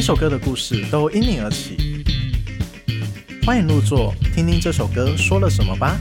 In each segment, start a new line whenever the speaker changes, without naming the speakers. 首歌的故事都因你而起。欢迎入座，听听这首歌说了什么吧。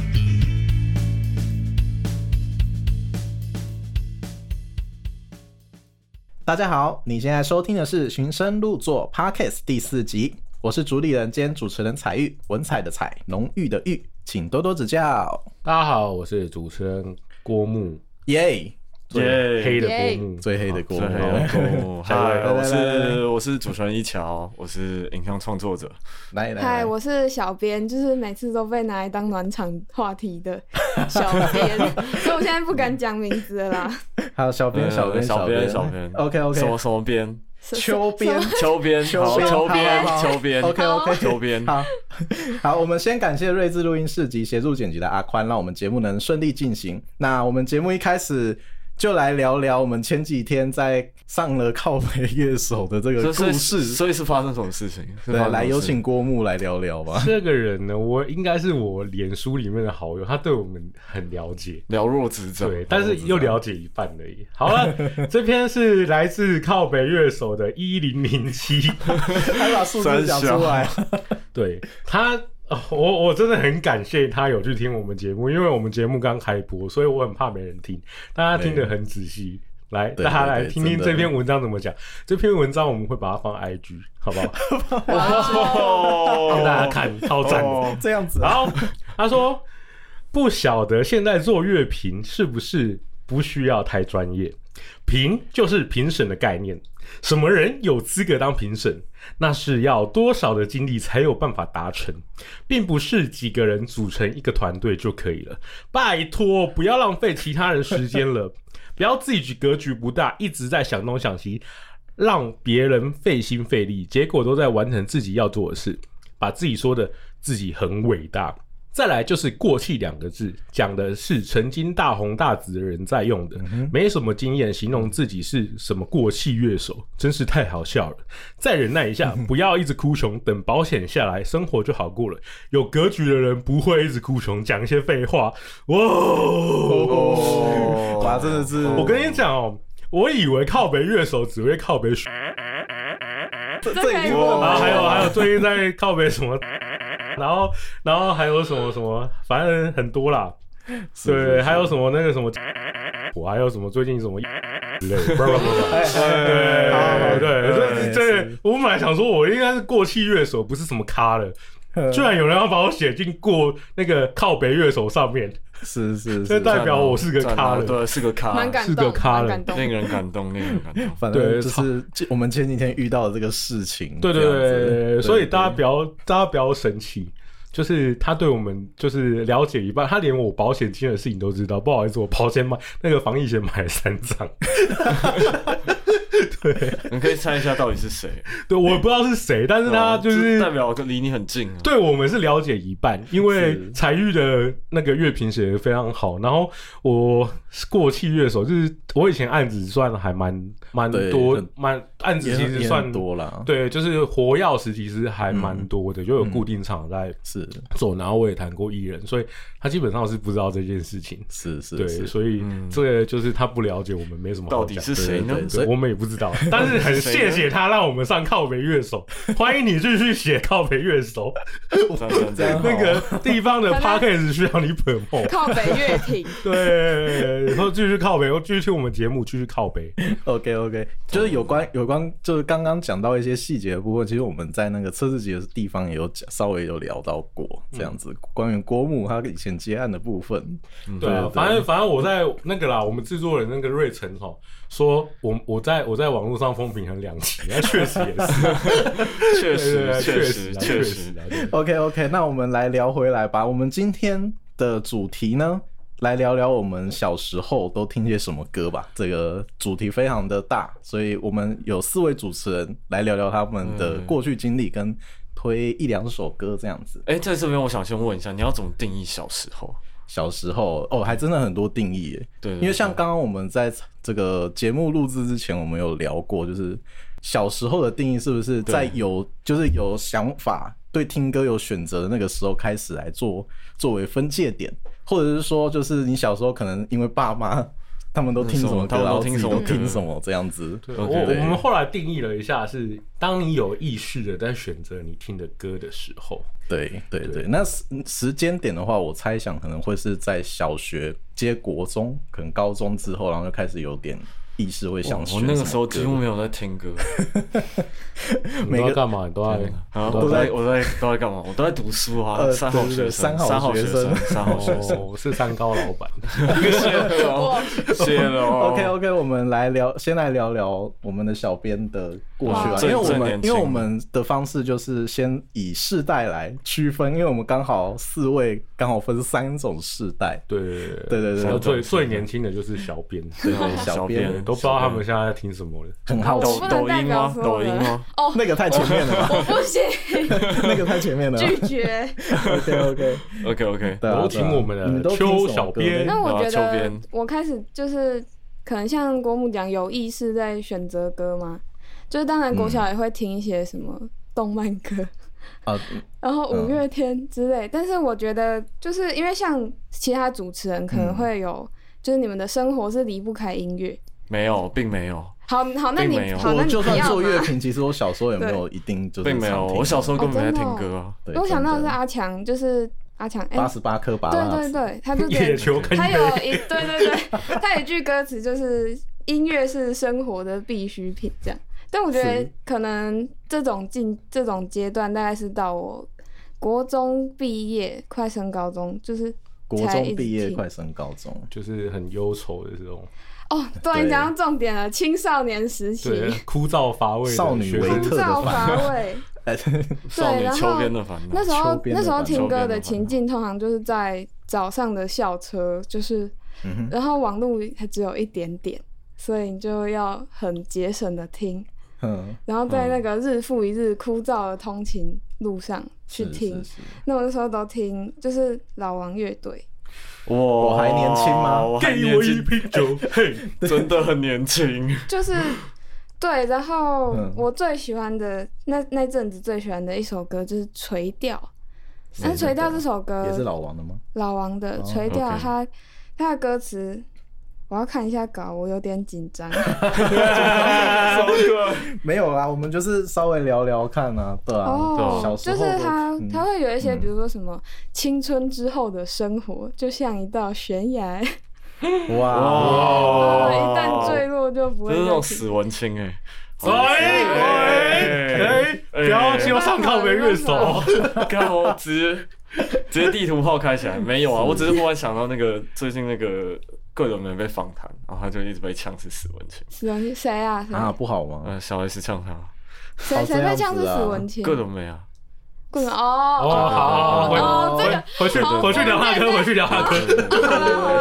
大家好，你现在收听的是《寻声入座》Podcast 第四集，我是主理人兼主持人彩玉，文采的采，浓郁的郁，请多多指教。
大家好，我是主持人郭牧，
耶、
最黑的
耶
郭牧，
哦最黑的锅，
最后哦一个
下一位
嗨，
来
我
来来
是我是主持人一乔，我是影像创作者。
来来
嗨，
来，
我是小编，就是每次都被拿来当暖场话题 的小编，所以我现在不敢讲名字了啦。
好，小编，
嗯
小编，
小
编，
编，小编。
OK
什么
OK，
什么编？
什
秋编
秋编，好，
编
秋编，
好
秋编
，OK OK，
秋编。
好好，我们先感谢睿智录音室及协助剪辑的阿宽，让我们节目能顺利进行。那我们节目一开始就来聊聊我们前几天在上了靠北乐手的这个
这
故
是
事。
所以是发生什么事情？是
对
发，生
来
什么
有
事
请郭牧来聊聊吧。
这个人呢，我应该是我脸书里面的好友，他对我们很了解，
了若指掌。
对，但是
了若指掌
又了解一半而已。好了， 这篇是来自靠北乐手的一零零七，
还把数字讲出来，
对他。哦我我真的很感谢他有去听我们节目，因为我们节目刚开播，所以我很怕没人听。大家听得很仔细，来，
对
大家
对
来
对
听听
真的
这篇文章怎么讲。这篇文章我们会把它放 IG，好 不好？
哦
让 大家看，超赞的。
哦
这样子啊，
然后他说，不晓得现在做乐评是不是不需要太专业，评就是评审的概念，什么人有资格当评审，那是要多少的精力才有办法达成，并不是几个人组成一个团队就可以了。拜托，不要浪费其他人时间了， 不要自己格局不大，一直在想东想西。让别人费心费力，结果都在完成自己要做的事，把自己说的自己很伟大。再来就是“过气”两个字，讲的是曾经大红大紫的人在用的，没什么经验，形容自己是什么过气乐手，真是太好笑了。再忍耐一
嗯
下，不要一直哭穷，等保险下来，生活就好过了。有格局的人不会一直哭穷，讲一些废话。哇！
哦，哇，真的是
我跟你讲哦，我以为靠北乐手只会靠北嘘
这
这可以
这已经
播
问
吗
然后还有还
有，
有最近在靠北什么， 然后然后还有什么什么，反正很多啦。
是
对，还有什么那个什么，我还有什么最近什 么之类的，不不不不
哎
对
对
对对，对，我本来想说我应该是过气乐手，不是什么咖 了，居然有人要把我写进过那个靠北乐手上面，
是是
这
是，
代表我是个
赞
咖
啊
了。
对，是个咖，
蛮感
是个
动，
咖了
蛮感动。
令人感动，令人感动。
反正
对
就是我们前几天遇到的这个事情，
对对
这样子
对，所以大家不要大家不要生气。就是他对我们就是了解一半，他连我保险金的事情都知道。不好意思，我保险买那个防疫险买了三张，
你可以猜一下到底 是谁？
对，我不知道是谁，但是他就是
代表离你很近啊。
对我们是了解一半，因为
是
才玉的那个乐评写的非常好，然后我是过气乐手，就是我以前案子算还蛮蛮
对
多
很，
蛮案子
也
其
很
实
也
算
很，多啦，
对，就是活药时其实还蛮
嗯
多的，就有固定场在
是
做，然后我也谈过艺人，所以他基本上是不知道这件事情，
是是
对，
是，
所以
嗯
这个就是他不了解我们，没什么好
到底
讲
是谁呢
对？对对
对
所以
我们也不知道，但是 很谢谢他让我们上靠北乐手，欢迎你继续写靠北乐手，
赞 赞赞
那
哦
个地方的 p a c k a g e 需要你 promo。
靠北乐 亭，
对，然后继续靠北，继续听我们节目，继续靠北。
OK OK，就是有关有关，就是刚刚讲到一些细节的部分，其实我们在那个测试集的地方也有讲，稍微有聊到过这样子，关于郭牧他以前接案的部分，
对啊，反正反正我在那个啦，我们制作人那个瑞成哈说，我我在我在网络上风评很两极，那确实也是，对对对
确实确
确
实
啊
确
确
实
啊对
OK OK，那我们来聊回来吧。我们今天的主题呢，来聊聊我们小时候都听些什么歌吧。这个主题非常的大，所以我们有四位主持人来聊聊他们的过去经历跟推一两首歌这样子。
哎、在这边我想先问一下，你要怎么定义小时候？
小时候哦，还真的很多定义耶。
对对
因为像刚刚我们在这个节目录制之前，我们有聊过，就是小时候的定义是不是在有就是有想法、对听歌有选择的那个时候开始来做作为分界点，或者是说，就是你小时候可能因为爸妈他们都听什么歌，
那时候他们
然
都
后
听
自己
什
都
么歌
听什么这样子。
对，我
OK
我
对
们后来定义了一下是，当你有意识的在选择你听的歌的时候，
对对
对
对，那时时间点的话，我猜想可能会是在小学接国中，可能高中之后，然后就开始有点意识会想选
我那
什
个
么
时候
歌
几乎没有在听歌，
你
每
都
个
要干嘛？你都要
啊，
都
我在我在都在干嘛？我都在读书啊，
呃
三好
对
学
对对三
生，
好
三好
学
学
生
生，三好学生，
哦，是三高老板，
谢了哦，谢了哦
OK OK，我们来聊，先来聊聊我们的小编的过去吧，
哇
因为我
正正
们
年轻
因为我们的方式就是先以世代来区分，因为我们刚好四位刚好分三种世代，
对对
对对
然
对，
后最最年轻的就是小编，
对对小编
都不知道他们现在在听什么了。
很好奇，
抖
不能
抖
代
音
表
吗？
所有
抖音哦
人
吗？
那个太前面了吧，
我不行，
那个太前面了吧。
拒绝。
OK OK，
OK OK，
对啊，
都
对啊
听我们的
你都听什么
邱
歌
小
啊
编
那我觉
然后秋
得
编
我开始就是可能像国母讲，有意识在选择歌嘛，就是当然国
嗯
小也会听一些什么动漫歌，
啊，
然后五月天之类。但是我觉得就是因为像其他主持人可能会有，就是你们的生活是离不开音乐。
没有，并没有，
好好，那
并没
你
有
好，那
我
你
就
不
算
要
做
嘛
乐评，其实我小时候也没有一定就是
并没有。
常听
我小时候根本没在
哦
听歌啊。
对
我想到的
真
是
的
阿强，就是阿强，哎、
八十八颗八
对
蜡
对
烛，
对，他就
野
连
球跟
他有一对对对，他有一句歌词就是“音乐是生活的必需品”这样。但我觉得
是
可能这种进这种阶段，大概是到我国中毕业，快升高中，就是
国
才一
中
直
毕业
听
快升高中，
就是很忧愁的这种，
哦，对
对
你讲到重点了，青少年时期，
对，枯燥乏味的
少女
学
维
生
特
枯燥乏味。
哎，
少女
哦然后
秋边的烦恼
那时
秋
候
编的
那时候
版
听
秋编
歌
的
的
版
情境通常就是在早上的校车，就是，
嗯哼
然后网络还只有一点点，所以你就要很节省的听，
嗯，
然后在那个日复一日枯燥的通勤路上去
是
听。
是是。
那我那时候都听就是老王乐队，
哇，
我还年轻吗
我还
给
年
我一
轻，
瓶酒，嘿，
真的很年轻。
就是 对，然后
嗯
我最喜欢的那那阵子最喜欢的一首歌就是《垂钓》，那《垂钓》这首歌
也是老王的吗？
老王的
哦
《垂钓》
OK
他他的歌词，我要看一下稿，我有点 紧张。
没有啦，我们就是稍微聊聊看啊，对啊，
对啊
小
哦，
时
就
候
是他
嗯
他会有一些，
嗯
比如说什么青春之后的生活，就像一道悬崖，
哇，
哦，
哇，
一旦坠落就不
这
会
是那
再
种
起。
死文青哎。
喂喂哎，不要欺负上考没乐手，
干我直接直接地图炮开起来，没有啊，我只是忽然想到那个最近那个个人们被访谈，然后他就一直被呛是死文青，
死文谁啊？谁
啊，不好吗？
呃，小 S 呛他，
哦
谁
这
谁
样
被
子
呛是
啊
死文清？
个人没啊，
各种
哦，
哦
好好好，回
哦，这个
回去回去聊他歌，回去聊他歌，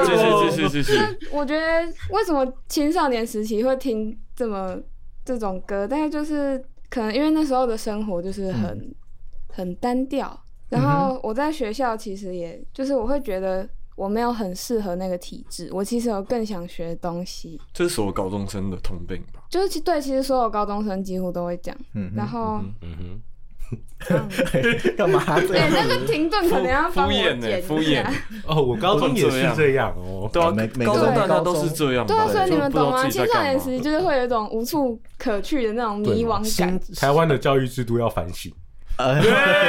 继续继续继续，
我觉得为什么青少年时期会听这么这种歌，大概就是可能因为那时候的生活就是很、
嗯
很单调，然后我在学校其实也就是我会觉得我没有很适合那个体制，我其实有更想学的东西，
这是所有高中生的通病吧？
就是其对，其实所有高中生几乎都会讲，
嗯哼
然后
嗯
嗯
干嘛这
对、
样？
那个停顿可能要
啊敷
帮我
敷衍呢
剪一下
敷衍
哼，哦，我高中也是这样哦，
对啊，
每每个
高中
人
大家
高
都
中
是这样吧，
对啊，所以你们
就不知
懂
道
吗？
自己在
青少
干
年
嘛
时期就是会有一种无处可去的那种迷惘感
新，
台湾的教育制度要反省，
呃，
对，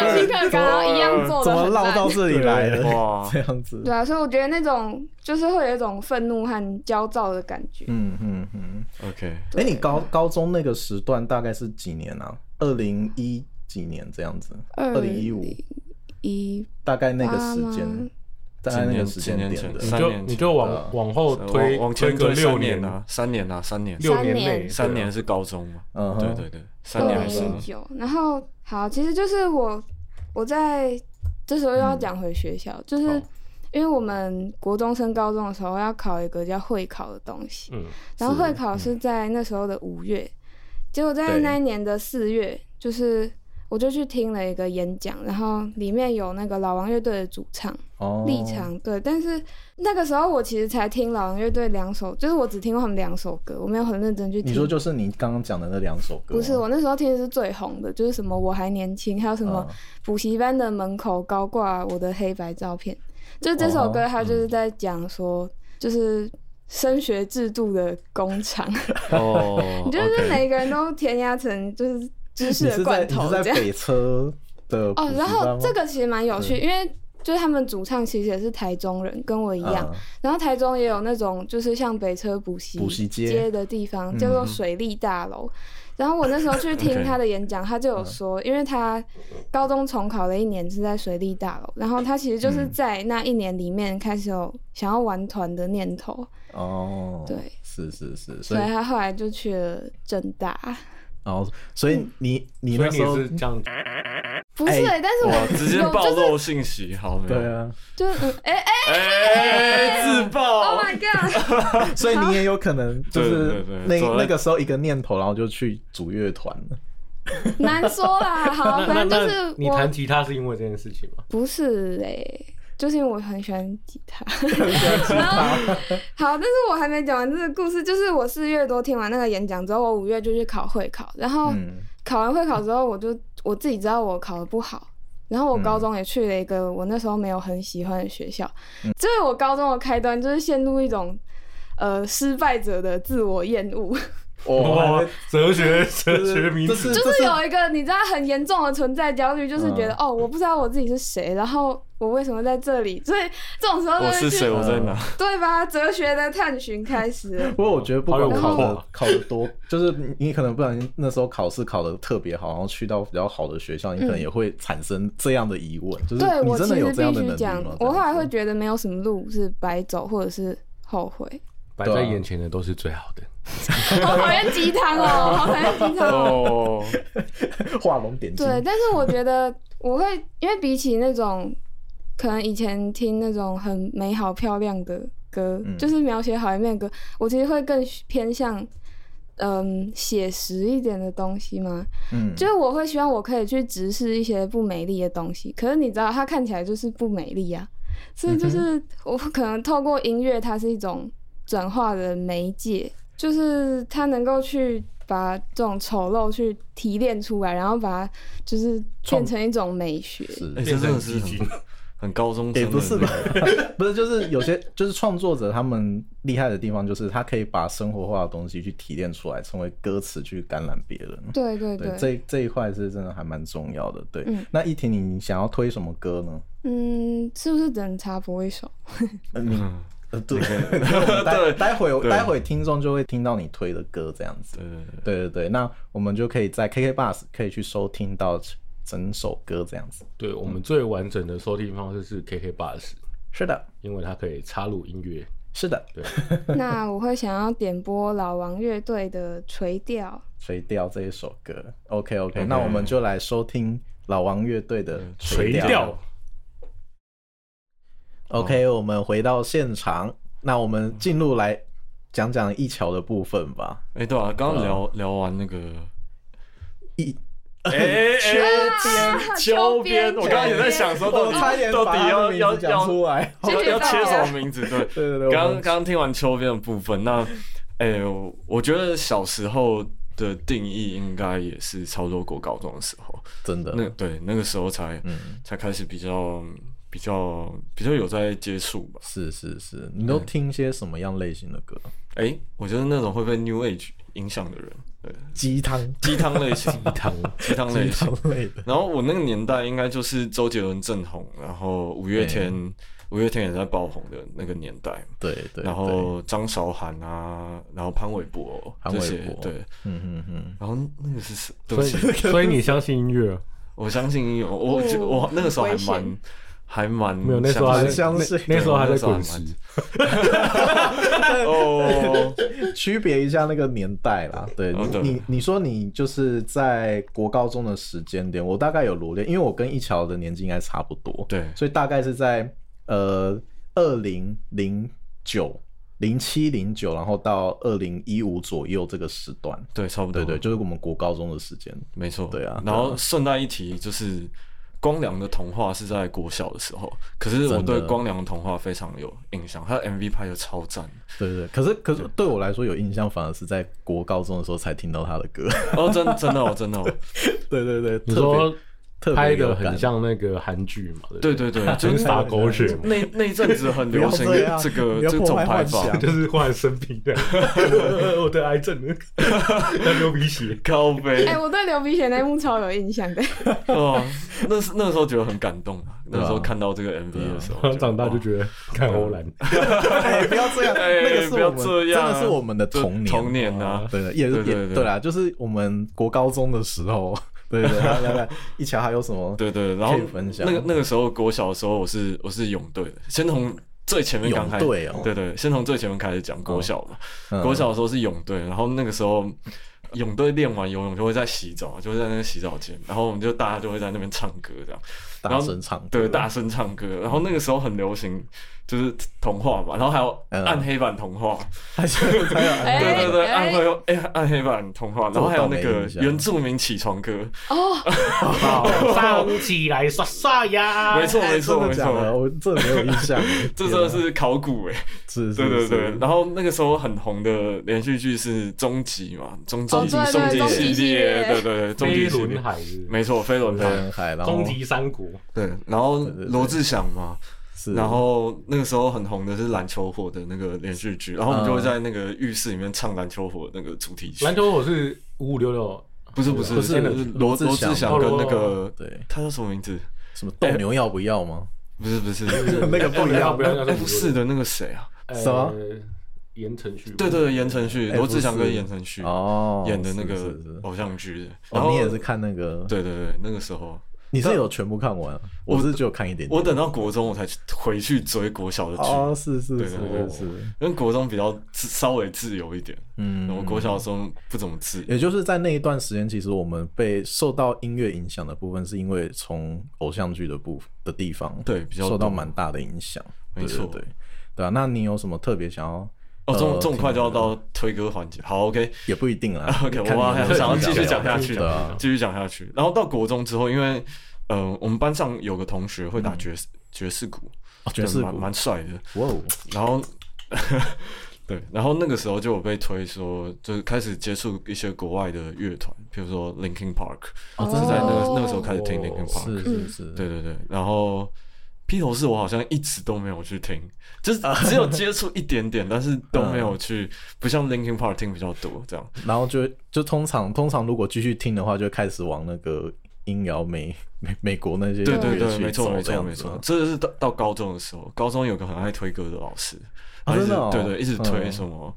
做新课纲然后一样做
怎
的
么
很
绕
烂
到。这里来了？
哇，
这样子，
对啊，所以我觉得那种就是会有一种愤怒和焦躁的感觉。
嗯嗯嗯。
OK，
哎，你高高中那个时段大概是几年啊？二零一几年这样子，二零一五，
一
大概那个时
八吗
间，大概那个时间
几年
点
前
的
几
你
三
就
年前
你就往往后推
往往
推
前
个
推
六
三啊，三年啊，三年，
六年内
三年是高中嘛？
嗯哼
对对对，三
二
年还
零
是
一九，然后好，其实就是我我在这时候又要讲回学校，就是
好
因为我们国中升高中的时候要考一个叫会考的东西，
嗯，
然后会考是在那时候的五月，结果在
对
那一年的四月，就是我就去听了一个演讲，然后里面有那个老王乐队的主唱
哦，
立场，对，但是那个时候我其实才听老王乐队两首，就是我只听过他们两首歌，我没有很认真去听。
你说就是哦你刚刚讲的那两首歌吗，
不是我那时候听的是最红的，就是什么我还年轻，还有什么
嗯
补习班
哦嗯
的门口高挂我的黑白照片，就这首歌，它就是在讲说，就是升学制度的工厂，
哦，
你就是
哪？
每个人都填压成就是知 识
你
的
是在
罐
你是
头
在
这样。
北车的补
哦，
习
然后
班
这
吗
个其实蛮有趣，
对
因为就是他们主唱其实也是台中人，跟我一样。
嗯
然后台中也有那种就是像北车补习
补习街嗯
街的地方，叫做水利大楼。然后我那时候去听
OK
他的演讲，他就
嗯
有说，因为他高中重考了一年是在水利大楼，然后他其实就是
嗯
在那一年里面开始有想要玩团的念
嗯
头，
哦，
对，
是是是，所
所
以
以他后来就去了正大。
哦，所以
嗯
你你
所以
那
你
时候
是这样，
不是、
哎
但是
哇
我，
直接
有
暴
就是
露信息，好没有？
对 啊，
就是嗯哎
哎，
哎
自爆
，Oh my god！
所以你也有可能就
对
是
对对
那
走了
那个时候一个念头，然后就去组乐团了。
难说啦，好，
那那
反正就
那
是
你弹
我
吉他是因为这件事情吗？
不是哎、就是因为我很喜欢吉他。然后好，但是我还没讲完这个故事，就是我四月多听完那个演讲之后，我五月就去考会考，然后
嗯，
考完会考之后，我就我自己知道我考的不好。然后我
嗯
高中也去了一个我那时候没有很喜欢的学校，
嗯
就是我高中的开端就是陷入一种呃失败者的自我厌恶。
哦
哇，哲学 哲学名
这
词，
是
就
这
是有一个你知道很严重的存在焦虑，就是觉得、
嗯。
哦，我不知道我自己是谁，然后我为什么在这里，所以这种时候就
我
会
是
去
谁？我在哪？
对吧？哲学的探寻开始了
不过我觉得不管
好有
考
文
的
化
考的多， 就是你可能不小心那时候考试考的特别好，然后去到比较好的学校，你可能也会产生这样的疑问，就是
对
你
我
真
其
的
实
有这样
必
的能力
须讲
吗？，
我后来
这
会
样子
觉得没有什么路是白走，或者是后悔。
摆
对
在
啊
眼前的都是最好的。
好讨厌鸡汤哦，好讨厌鸡汤 哦。
哦，
画龙点睛，
对，但是我觉得我会，因为比起那种可能以前听那种很美好漂亮的歌，
嗯
就是描写好一面的歌，我其实会更偏向嗯写实一点的东西嘛。
嗯，
就是我会希望我可以去直视一些不美丽的东西，可是你知道它看起来就是不美丽啊，所以就是我可能透过音乐，它是一种转化的媒介，就是它能够去把这种丑陋去提炼出来，然后把它就是变成一种美学。
是
哎，这真的是很很高中
也
生，
不是吧？？ 不是，就是有些就是创作者他们厉害的地方，就是他可以把生活化的东西去提炼出来，成为歌词去感染别人。
对对
对
对，，
这这一块是真的还蛮重要的。对，
嗯
那一婷，你想要推什么歌呢？
嗯，是不是只能插播一 首？
呃，你
嗯
呃， 对，
对
待待会
对
待会听众就会听到你推的歌这样子。
对对对。
对对对，那我们就可以在 KK Bus 可以去收听到整首歌这样子。
对我们最完整的收听方式是 KK Bus，
是的，
因为它可以插入音乐。
是的，
那我会想要点播老王乐队的《垂钓》。
垂钓这一首歌。OK OK，,
OK
那我们就来收听老王乐队的
垂
钓。
哦
钓，
OK，、我们回到现场，那我们进入来讲讲一桥的部分吧。
哎，对啊，刚刚聊聊完那个，
一
哎 哎
缺点，
秋边，我刚刚也在想说，到
我
底
差点
到
把
底
他的
要
名
要
字讲
要
出来。
谢
要
谢
要
大
切
家
什么名字？对，
对对对，我
刚
们
刚听完秋边的部分，那，哎、我我觉得小时候的定义应该也是差不多过高中的时候，
真的，
那对那个时候才、
嗯，
才开始比较比较比较有在接触吧。
是是是，你都听些什么样类型的歌？
哎、我觉得那种会被 New Age 影响的人，对，
鸡汤、
鸡汤类型，鸡
汤
鸡汤类
鸡
型。
汤类的。
然后我那个年代应该就是周杰伦正红，然后五月天，五月天也在爆红的那个年代。
对对，对，
然后张韶涵啊，然后潘玮柏
潘
这
玮
些，
柏
对，
嗯嗯嗯，
然后那个是什？对
所
不
以
起，
所以你相信音乐？啊
我相信音乐，我我
哦
我那个时候还
危险
蛮还蛮
没有，那时候还
相
在
信
相信
那那时候还在
对我
滚
那时候还
石
蛮。 哦，
区别一下那个年代啦。对
哦
你
对
你你说你就是在国高中的时间点，我大概有罗列，因为我跟一桥的年纪应该差不多，
对
所以大概是在呃二零零九。零七零九，然后到二零一五左右这个时段，
对，差不多，
对对，就是我们国高中的时间。
没错，
对啊对
然后
啊
顺带一提，就是光良的童话是在国小的时候，可是我
真的
对光良的童话非常有印象，他的 MV 拍的超赞。
对对对，可是可是对我来说有印象，反而是在国高中的时候才听到他的歌。
哦，真真的哦，真的哦，
对对对，
你
特别
说
特
拍
别
的
有
很
感。
像那个韩剧嘛，对不对
对对对，就
很
是
洒狗血嘛，
那那一阵子很
不要
流行
这样
这个
不要
这
破
种
坏
拍
幻
法
想，
就是忽然生病 的，我得癌 症了，要流鼻血。
高
哎、
飞
我对流鼻血那一幕超有印象的，
哦，那是那时候觉得很感动啊，那
啊
时候看到这个 MV 的时
然
候，
后长大就
哦
觉得看欧兰，
哎，不要这样，
哎
那个是
不要
我们
这样
真的是我们的童年，
就童年啊，
对，也是
对对
也
对
对啦，就是我们国高中的时候， 对对对，来来来，一桥还有什么？
对对，然后
可以分享
那个那个时候国小的时候，我是我是泳队的，先从最前面刚开始，
泳队哦
对对，先从最前面开始讲国小嘛。
嗯
国小的时候是泳队，然后那个时候泳队练完游泳就会在洗澡，就会在那个洗澡间，然后我们就大家就会在那边唱歌这样，
大声 唱，
对，大声唱歌。然后那个时候很流行就是童话嘛，然后还有
嗯
暗黑版童话，
还是还有
哎
对
哎，
对对，
哎
暗黑哎暗黑版童话，然后还有那
这我倒没
个
印象
原住民起床歌，
哦，
哦早上起来刷刷
啊
牙
没错没错
哎真
没
的假的？
错，
我真的没有印象，
这真的是考古哎。
是，是
对对
是
对，然后那个时候很红的连续剧是《终极》嘛，《终极
哦》对
终
对终
极
极
系
系
列
列，
对对对，《终
飞
极》系列
轮，海是不是
没错，飞轮
飞
海，
轮海，然后
终极三国，
对，然后
对对对
罗志祥嘛，
是，
然后那个时候很红的是《篮球火》的那个连续剧，然后我们就会在那个浴室里面唱《篮球火》那个主题曲
篮，球我是五五六六，
不是不是
不是
是
罗
罗
志
罗志
祥
祥跟
哦
那个
对
他叫什么名字？
什么斗牛要不要吗？
不是不是
那个不一样
不要叫
哎不是的那个谁啊？
什么？
呃言承旭，
对对，言承旭，
哎
罗志祥
不
跟
是
言承旭
哦，
演的那
是
个
是是
偶像剧的，然
哦，
后
你也是看那个？
对对对，那个时候
你是有全部看完？啊我是只有看一点点。
我等到国中我才去回去追国小的剧，
哦，是是
对
是
对对
是是，
因为国中比较自稍微自由一点，
嗯
我国小的时候不怎么自由。
也就是在那一段时间，其实我们被受到音乐影响的部分，是因为从偶像剧的部的地方，
对比较
受到
多
蛮大的影响。
没
对
错
对对对啊。那你有什么特别想要？
哦，这种
呃
这么快就要到推歌环节，好，OK
也不一定 啦
OK，
看你
我
有没有
还想要继
想
续讲
聊
下去
对啊，
继续讲下去。然后到国中之后，因为呃，我们班上有个同学会打爵士爵士鼓，
哦爵士
对蛮
鼓，
蛮帅的。
哇哦，
然后 对，然后那个时候就有被推说，就是开始接触一些国外的乐团，比如说 Linkin Park，
哦
是
真
在
的假
那个、
的
那个时候开始听 Linkin Park。
哦是是是，
对对对，然后披头士我好像一直都没有去听，就是
啊
只有接触一点点，但是都没有去，不像 Linkin Park 听比较多这样。
然后就就通常通常如果继续听的话，就开始往那个音摇美美美国那些
对对
音乐
对，
去
没错
走
没
这
错
样
没
子
错
啊，
这是到到高中的时候，高中有个很爱推歌的老师，
啊
他一
真
直
的哦
对对一直推
嗯
什么，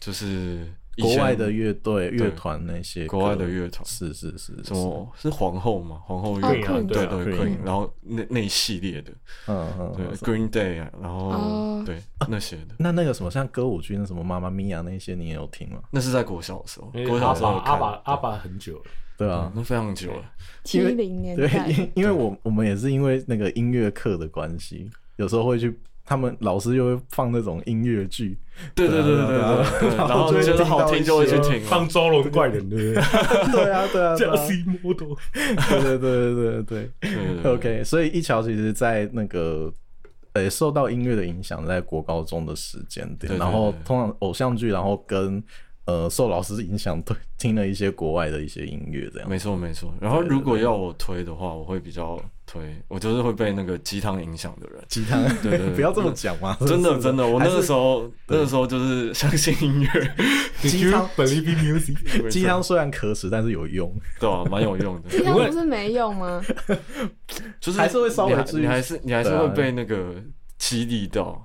就是以
国
前
外的乐队乐团那些
国外的
歌
乐团
是是是是
什么是皇后吗？皇后乐
哦
团
Queen
对
对对
啊
Queen
Queen，然后那那一系列的
嗯嗯
对
嗯。
Green Day，啊，然后
哦
对那些的，
那那个什么，像歌舞剧那什么《妈妈咪呀》那些，你也有听吗？
那是在国小的时候，
因
国
为
小
阿
的时
爸
候有
阿
看
爸阿爸很久了，
对
啊
啊，，
那非常久了。
七零
嗯
年
对，
代，
因因为我我们也是因为那个音乐课的关系，有时候会去，他们老师又会放那种音乐 剧，
对对对对
对啊
对对，对
然后
然后
就会
觉得
听到
好听就会
一
去
些
听
放
了。
招龙怪人对不 对？
对啊，对啊，对
加
啊，
C 摩托，
对对对对对对。
对对对
OK，所以一桥其实，在那个呃、受到音乐的影响，在国高中的时间点，
对对
然后
对
通常偶像剧，然后跟呃受老师影响，对，听了一些国外的一些音乐这样。
没错没错。然后如果要我推的话，我会比较推，我就是会被那个鸡汤影响的人。
鸡汤，
对对
不要这么讲嘛！
真的真的，我那
还
个
是
时候那个时候就是相信音乐，
鸡汤
Believe in music，
鸡汤虽然可耻，但是有用。
对吧？蛮有用的，
鸡汤不是没用吗？
就是
还是会稍微
你还
治愈
你还是你还是
对啊
会被那个激励到。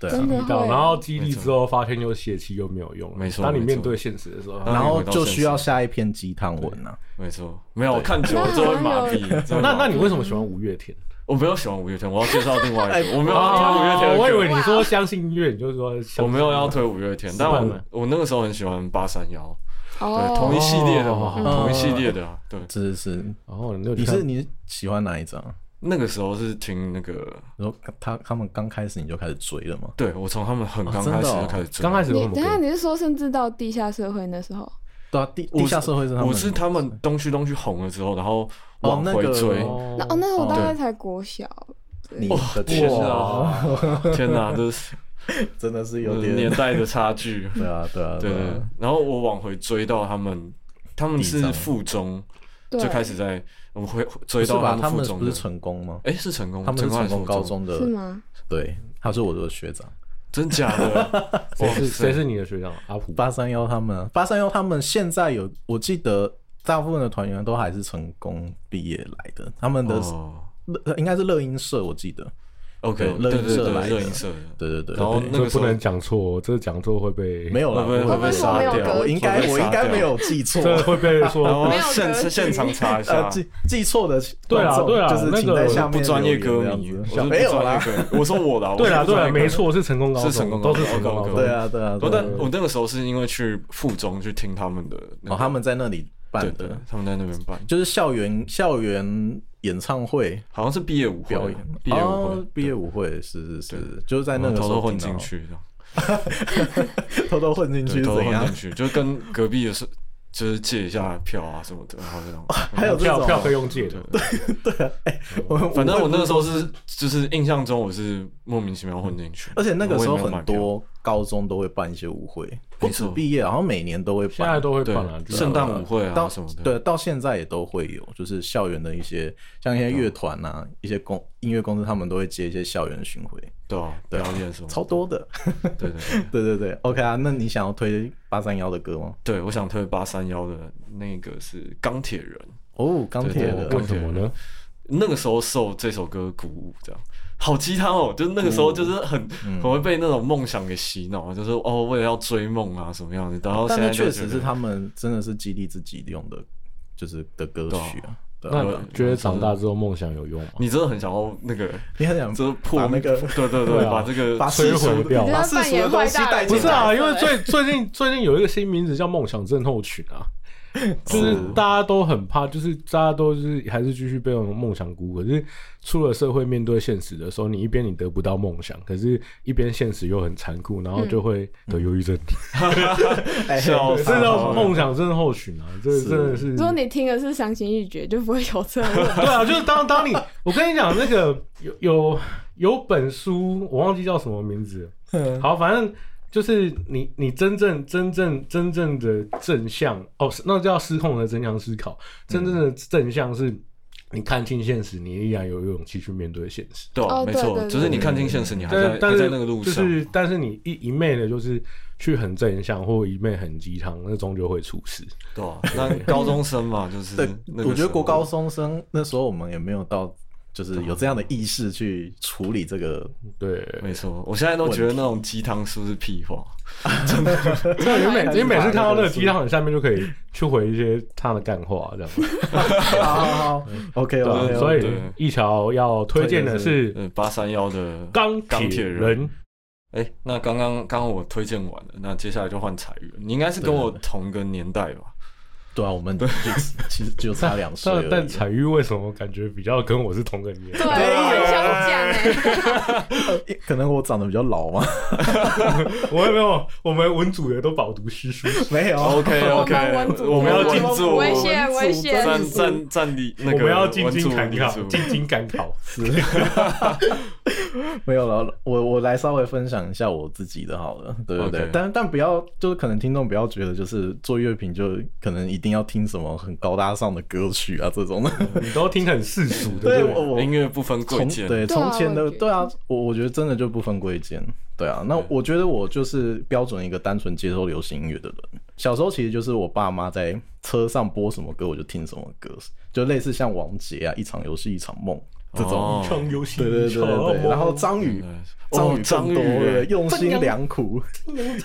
对啊
真，的
遇到，
会，
然后激励之后发现又泄气又没有用，
没错
当你
没
面
错
对现实的时候，
啊
然后就需要下一篇鸡汤文啊。
没错，没有
对
看久了就会麻痹。就会麻
那
痹
那你
啊
为什么喜欢五月天？哦
我没有喜欢五月天，我要介绍另外一
哎
个，我没有要推五月天的歌，
我以为你说相信音乐，你就说相信
我没有要推五月天，但
失败
我
了
我那个时候很喜欢八三幺。对，同一
哦，
系列的嘛，
哦
同一系列的啊。对，
是是是，
哦，你就
你
看
是你喜欢哪一张？
那个时候是听那个，
你说他他们刚开始你就开始追了吗？
对我从他们很
哦
刚
真的
开始
哦
就开始追，
刚开始有
你
什么
等一下
歌？
你是说甚至到地下社会那时候？
对啊，地
我是
地下社会是他们，
我是他们东区东区红了之后，然后往
哦那
回
个
追，
那哦，那时候我大概
对
才国小，
你
哦哇嗯
的
天
天啊，
啊，天哪，这是
真的是 有
年
点，
代的差距
对啊对啊
对对
啊
对，然后我往回追到他们，他们
第一
是
张
附中，
对啊
就开始在我们会追
不是
到
吧？他
附
们
中
不是
的，
成功吗？
哎、是成功，
他们是
成
成
还是
功
附
高，中的
是，吗？
对，他是我的学长，
真 假的？
谁是谁是你的学长？阿普
八三幺他们，八三幺他们现在有，我记得大部分的团员都还是成功毕业来的，他们的
哦
乐应该是乐音社，我记得，
，OK，
对乐
对对
音社来
对，
的
热音社的，
对对对，
然后
对
那个
这
时
不
候
能讲错哦，这讲错会被
没有了，
会不会
我
会不会杀
会不会
掉？
说没有格
我应该
会不
我
会杀
应该没
掉，
有记错，
这会被
然
说
后
没有
现
格局
现场查一
呃
下。
记记错的
对啊
观众
对啊
就是请
那个
在下面
不专业
留
歌
言
迷，
这样子
我是不
没有
专业
啦，
歌迷，我说 我的啊，我
对
是
啦
不
对
专业
啦，
歌迷
没，错，是成功高中，
是成功高
都
中
是成功高中，
高中
对啊对啊，
我
对啊
但我那个时候是因为去附中去听他们的那个，
哦他们在那里
对
办
对
的，，
他们在那边办，
就是校园校园演唱会
好像是毕业舞会
表演，
毕业舞
哦
会，
毕业舞会是是是
对，
就是在那
然
个时
后偷
候
偷混
听
进
到，
去这样，
偷偷混进
对，
去
偷偷
怎
混
样
进？去，就跟隔壁的是就是借一下票啊什么的，然后这样。
哦还有这
票
种
票可以用借的，
我
反正我那个时候
是，
是，就是印象中我是莫名其妙混进去，
而且那个时候
我也没有买
很
票，
多高中都会办一些舞会，不
没
止
错
毕业，好像每年都会
现在
办。
都会办啊，
对，圣诞舞会啊
到
什么的，
对，到现在也都会有，就是校园的一些，像一些乐团啊，一些公音乐公司，他们都会接一些校园巡回，
对啊，
对啊
表演什么的，
超多的。
对对对。
对对对，OK 啊，那你想要推八三幺的歌吗？
对，我想推八三幺的那个是钢铁人，
哦，钢铁
对
的
对
为什么呢？
那个时候受这首歌鼓舞，这样好鸡汤哦，就是那个
嗯
时候就是很、很会被那种梦想给洗脑，就是哦为了要追梦啊什么样子，然后现
但
在
那
就
确
觉
实
得
是他们真的是激励自己用的，就是的歌曲啊。对啊，
那觉得长大之后梦想有用吗？
你真的很想要那个，
你很想
就是
嗯
破
把那个
对对
对
对，
啊
把这个
把
摧
世
毁
俗
掉
把世俗的东西带
不
进
是
来。
啊，
对
因为最最近最近有一个新名字叫“梦想症候群”啊，就是
哦
大家都很怕，就是大家都是还是继续被那种梦想鼓舞。可是出了社会面对现实的时候，你一边你得不到梦想，可是一边现实又很残酷，然后就会得忧郁症。
哎
笑
这
死
叫梦想症候群啊！这
是
真的是
如果你听的是伤心欲绝，就不会有这个。
对啊，就是当当你，我跟你讲，那个有有有本书，我忘记叫什么名字了。好，反正就是你你真正真正真正的正向哦，是那叫失控的正向思考。真正的正向是，你看清现实，你依然有勇气去面对现实。
对啊、
哦
没
对对
错，
对
就是你看清现实，你还
但
在
但
还
是
在那个路
就
上，
是但是你一一昧的，就是去很正向或一昧很鸡汤，那终究会出事。
对啊，那 高中生嘛，就是
对
嗯那，个
我觉得
时候
国高中生那时候我们也没有到，就是有这样的意识去处理这个。
对，
没错，我现在都觉得那种鸡汤书是屁话，
对，你每你每次看到那个鸡 汤，你下面就可以去回一些他的干话，这样。
好 OK
对啊
OK，
所以
对
一桥要推荐的是
嗯，八三幺的
钢
钢
铁
铁
人
人，哎、那刚刚刚刚我推荐完了，那接下来就换彩云，你应该是跟我同个年代吧？
对啊，我们就其实就差两岁而
但
已。啊
但彩玉为什么感觉比较跟我是同个年
对，
代？
我很想讲哎，
呃可能我长得比较老嘛，
我有没有？我们文组的都饱读诗书，
没 有
哦 OK
我
OK，
们文组
我们要进驻
危险危险，
站站站立那
我
个
们要进京
文
赶
组
考，
文组
进京赶考。
没有了，我我来稍微分享一下我自己的好了，对对对
OK
但但不要就是可能听众不要觉得就是做乐评就可能一定要听什么很高大上的歌曲啊这种的，
你都听很世俗的，
对
对不对
我我
音乐不分嗯哎贵
从
贱，
对
对
从
啊
前
我
的
也觉得
对啊，我我觉得真的就不分贵贱，对啊，那
对
我觉得我就是标准一个单纯接受流行音乐的人，小时候其实就是我爸妈在车上播什么歌我就听什么歌，就类似像王杰啊一场游戏一场梦这种。
哦
创游戏，
对对对对对，然后张宇
对，
张
哦
宇
张
更
宇
多
哎
了，用心良苦，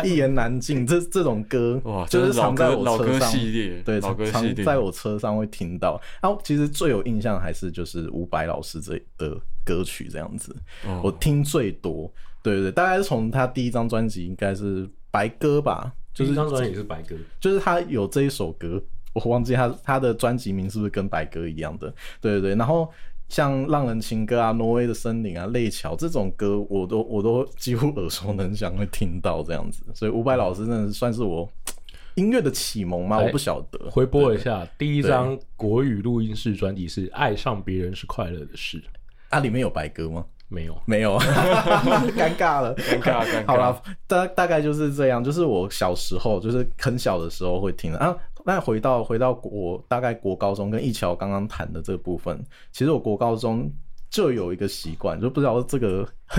一言难尽，这这种歌
哇，
就
真
是
的老
常在
歌
我
老
车
歌
上，
系列，
对，
老
常
歌系
常
列，
在我车上会听到。然后其实最有印象还是就是伍佰老师这的歌曲这样子，
哦
我听最多，对对对，大概是从他第一张专辑应该是《白鸽》吧，就
就是是张专辑是白鸽，
就是他有这一首歌，我忘记他他的专辑名是不是跟白鸽一样的？对对对，然后。像《浪人情歌》啊，《挪威的森林》啊，《泪桥》这种歌，我都我都几乎耳熟能详，会听到这样子。所以伍佰老师真的是算是我音乐的启蒙吗？
哎
我不晓得。
回播一
对
下第一张国语录音室专辑是《爱上别人是快乐的事》，
啊，里面有白鸽吗？
没有。
没有， 尴尬了，
尴尬尴尬
好了，大大概就是这样，就是我小时候，就是很小的时候会听的啊。那回到回到国大概国高中跟一桥刚刚谈的这部分，其实我国高中就有一个习惯，就不知道这个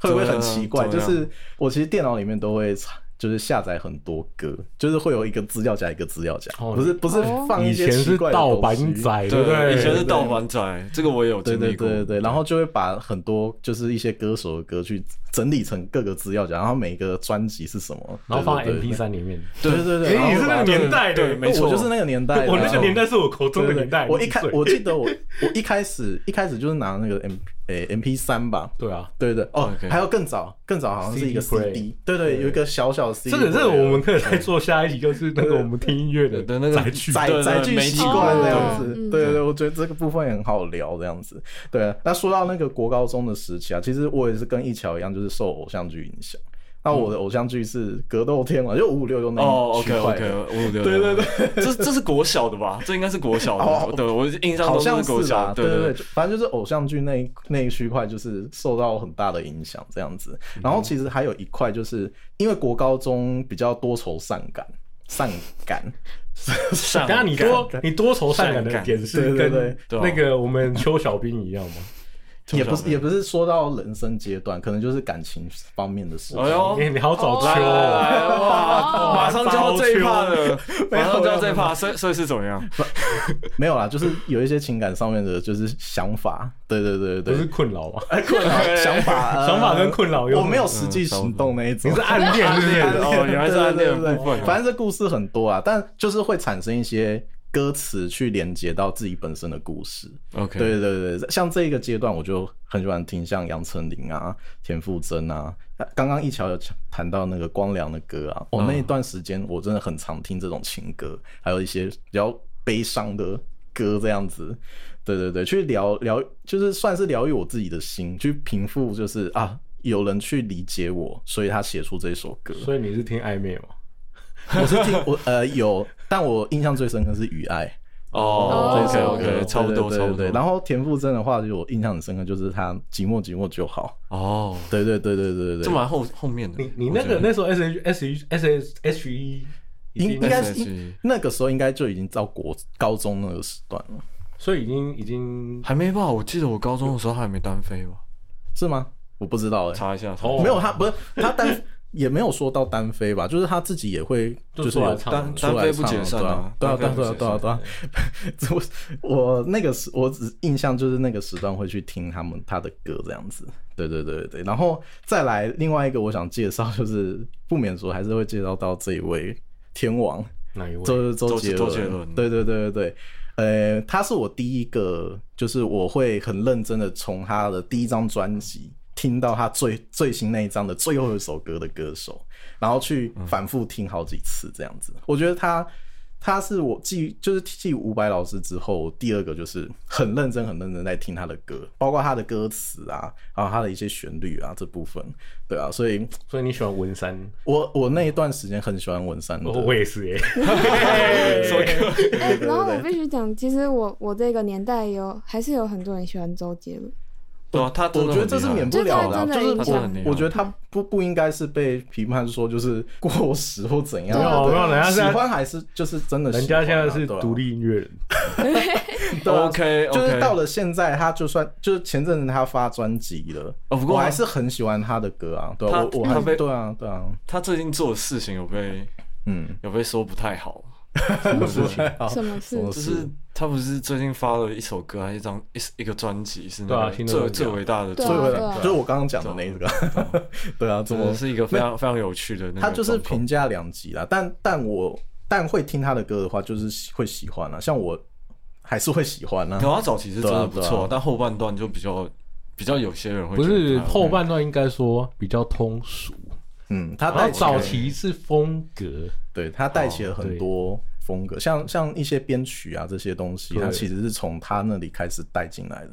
会不会很奇怪，就
怎么样
是我其实电脑里面都会插就是下载很多歌，就是会有一个资料夹一个资料夹，
哦
不是不是
哦
放一
以
些
前
奇
是
怪的
盗
东
版
西。
仔，
对
不对？
以前是
对
盗版仔，这个我也有
对
经
对
历过。
对对对，然后就会把很多就是一些歌手的歌去整理成各个资料夹，然后每一个专辑是什么，
然后放在
对对对
MP 三里面。
对对对对，
哎
然后
你是那
把
个年代的
对，没错，
我就是那个年代的，
我那个
然后
年代是我口中的
对对
年代。
我
你
一
几
开
岁
我记得我我一开始一开始就是拿那个 M 诶 M P 三吧，
对啊，
对对哦
OK
还有更早更早好像是一个
CD player
CD，对对，
对
有一个小小的 CD，
这个这个
player
我们可以再做下一集，就是那个我们听音乐的
对对那个
载 具。
载对
宅
对
宅剧
没
习
错
惯这样
对
子，
嗯
对对对，我觉得这个部分也很好聊这样子。对，那说到那个国高中的时期啊，其实我也是跟一桥一样，就是受偶像剧影响。那我的偶像剧是格斗天王，就五五六六那
嗯
一
哦
区
，OK
块
OK，
的，
五五六，
对对
对， 这这是国小的吧？这应该是国小
哦
的，对我印象
好
中
像
是国
是
小
吧？，
对
对
对
对，，反正就是偶像剧那一那一区块，就是受到很大的影响这样
嗯
子。然后其实还有一块，就是因为国高中比较多愁善感，善感，
上
等下你 多你多愁善感
善
的
感
点是
对对
跟
对
那个我们邱小兵一样吗？
也不是也不是说到人生阶段，可能就是感情方面的事情。
哎呦
你，你好早秋
来来
哦，
来来哇，
哦
马上就要这一趴了，
没有
马上就要这一趴，所以所以是怎么样？
没有啦，就是有一些情感上面的，就是想法。对对对
不
对
是
对，
困扰吗？
哎，困扰想法，呃
想法跟困扰有
我没有实际
嗯想法
行动那一种
你是。暗恋是不
暗
是
恋？哦，原来是暗恋
对对对
的部
对
分
啊
对，反正这故事很多啊，但就是会产生一些歌词去连接到自己本身的故事。
OK，
对对对对，像这一个阶段，我就很喜欢听像杨丞琳啊、田馥甄啊。刚刚一桥有谈到那个光良的歌啊，哦，
嗯
那一段时间我真的很常听这种情歌，还有一些比较悲伤的歌这样子。对对对，去疗疗，就是算是疗愈我自己的心，去平复，就是啊，有人去理解我，所以他写出这首歌。
所以你是听暧昧吗？
我是听我呃有，但我印象最深刻是《雨爱》。
哦
这
，OK
首歌
OK，差不多
对
差
对
不
对对
多，
然后田馥甄的话，就我印象很深刻，就是他寂寞寂寞就好。
哦，
对对对对对对
这
对，
蛮后后面的，
你你
我
那
觉
个
得
那时候 S H S H S H S H E 已
应
经
应该
SHE
是那个时候应该就已经到国高中那个时段了，
所以已经已经
还没吧？我记得我高中的时候还没单飞吧？
是吗？我不知道哎、
查一下，查
哦
一下
没有他不是他单 也没有说到单飞吧，就是他自己也会就
就
是
出来
有
唱
单
单
出来
飞不
唱
解散
啊
啊，
对啊对啊
单飞
对
不
啊对啊
解散
对啊， 这我我那个时我只印象就是那个时段会去听他们他的歌这样子，对对对对对，然后再来另外一个我想介绍就是不免说还是会介绍到这一位天王
哪一位？
周周
周
杰
周杰伦
对对对对对，呃，他是我第一个，就是我会很认真的从他的第一张专辑听到他最最新那一张的最后一首歌的歌手，然后去
嗯
反复听好几次这样子。我觉得他他是我继就是继伍佰老师之后第二个，就是很认真很认真在听他的歌，包括他的歌词啊，然后他的一些旋律啊这部分，对啊，所以
所以你喜欢文山？
我我那一段时间很喜欢文山的，
我我也是 耶。
什么歌？
哎、然后我必须讲，其实我我这个年代有还是有很多人喜欢周杰伦，
对啊，他真
我
的
觉得
很
这是
厉害
免不了的啊，
这
就
太真的
是
影
响了
我我觉得他不不应该是被批判说就是过时或怎样，
没有
对
没有人家
喜
现在
欢还是就是真的喜欢
人
啊，
家现在是
对啊
独，立音乐人，
对啊
OK，
就是到了现在，他就算就是前阵子他发专辑了，
哦不过
我
他
还是很喜欢他的歌啊，对啊，
他
我我
他
还
被
对啊对啊，
他最近做的事情有被
嗯，
有被说不太 好，什么事情？
好
什么事
哦什么
就
事
是他不是最近发了一首歌，还是一张一一个专辑，是
对
那
啊
个
新
最
的专辑啊
最伟大的
对
作
啊
所以
品，
我
对啊
就是我刚刚讲的那一个， 对啊，怎
哦真
么
的是一个非常非常有趣的那个
他就是
状况
评价两极啦，但但我但会听他的歌的话，就是喜会喜欢啊，像我还是会喜欢啊。
有他早期是真的不
对啊对
错
啊，
但后半段就比较比较有些人会
不是
觉得他
后半段应该说比较通俗，
嗯，他
然后
带起
早期哦是风格，
对他带起了很多风格，像像一些编曲啊这些东西，
对
他其实是从他那里开始带进来的。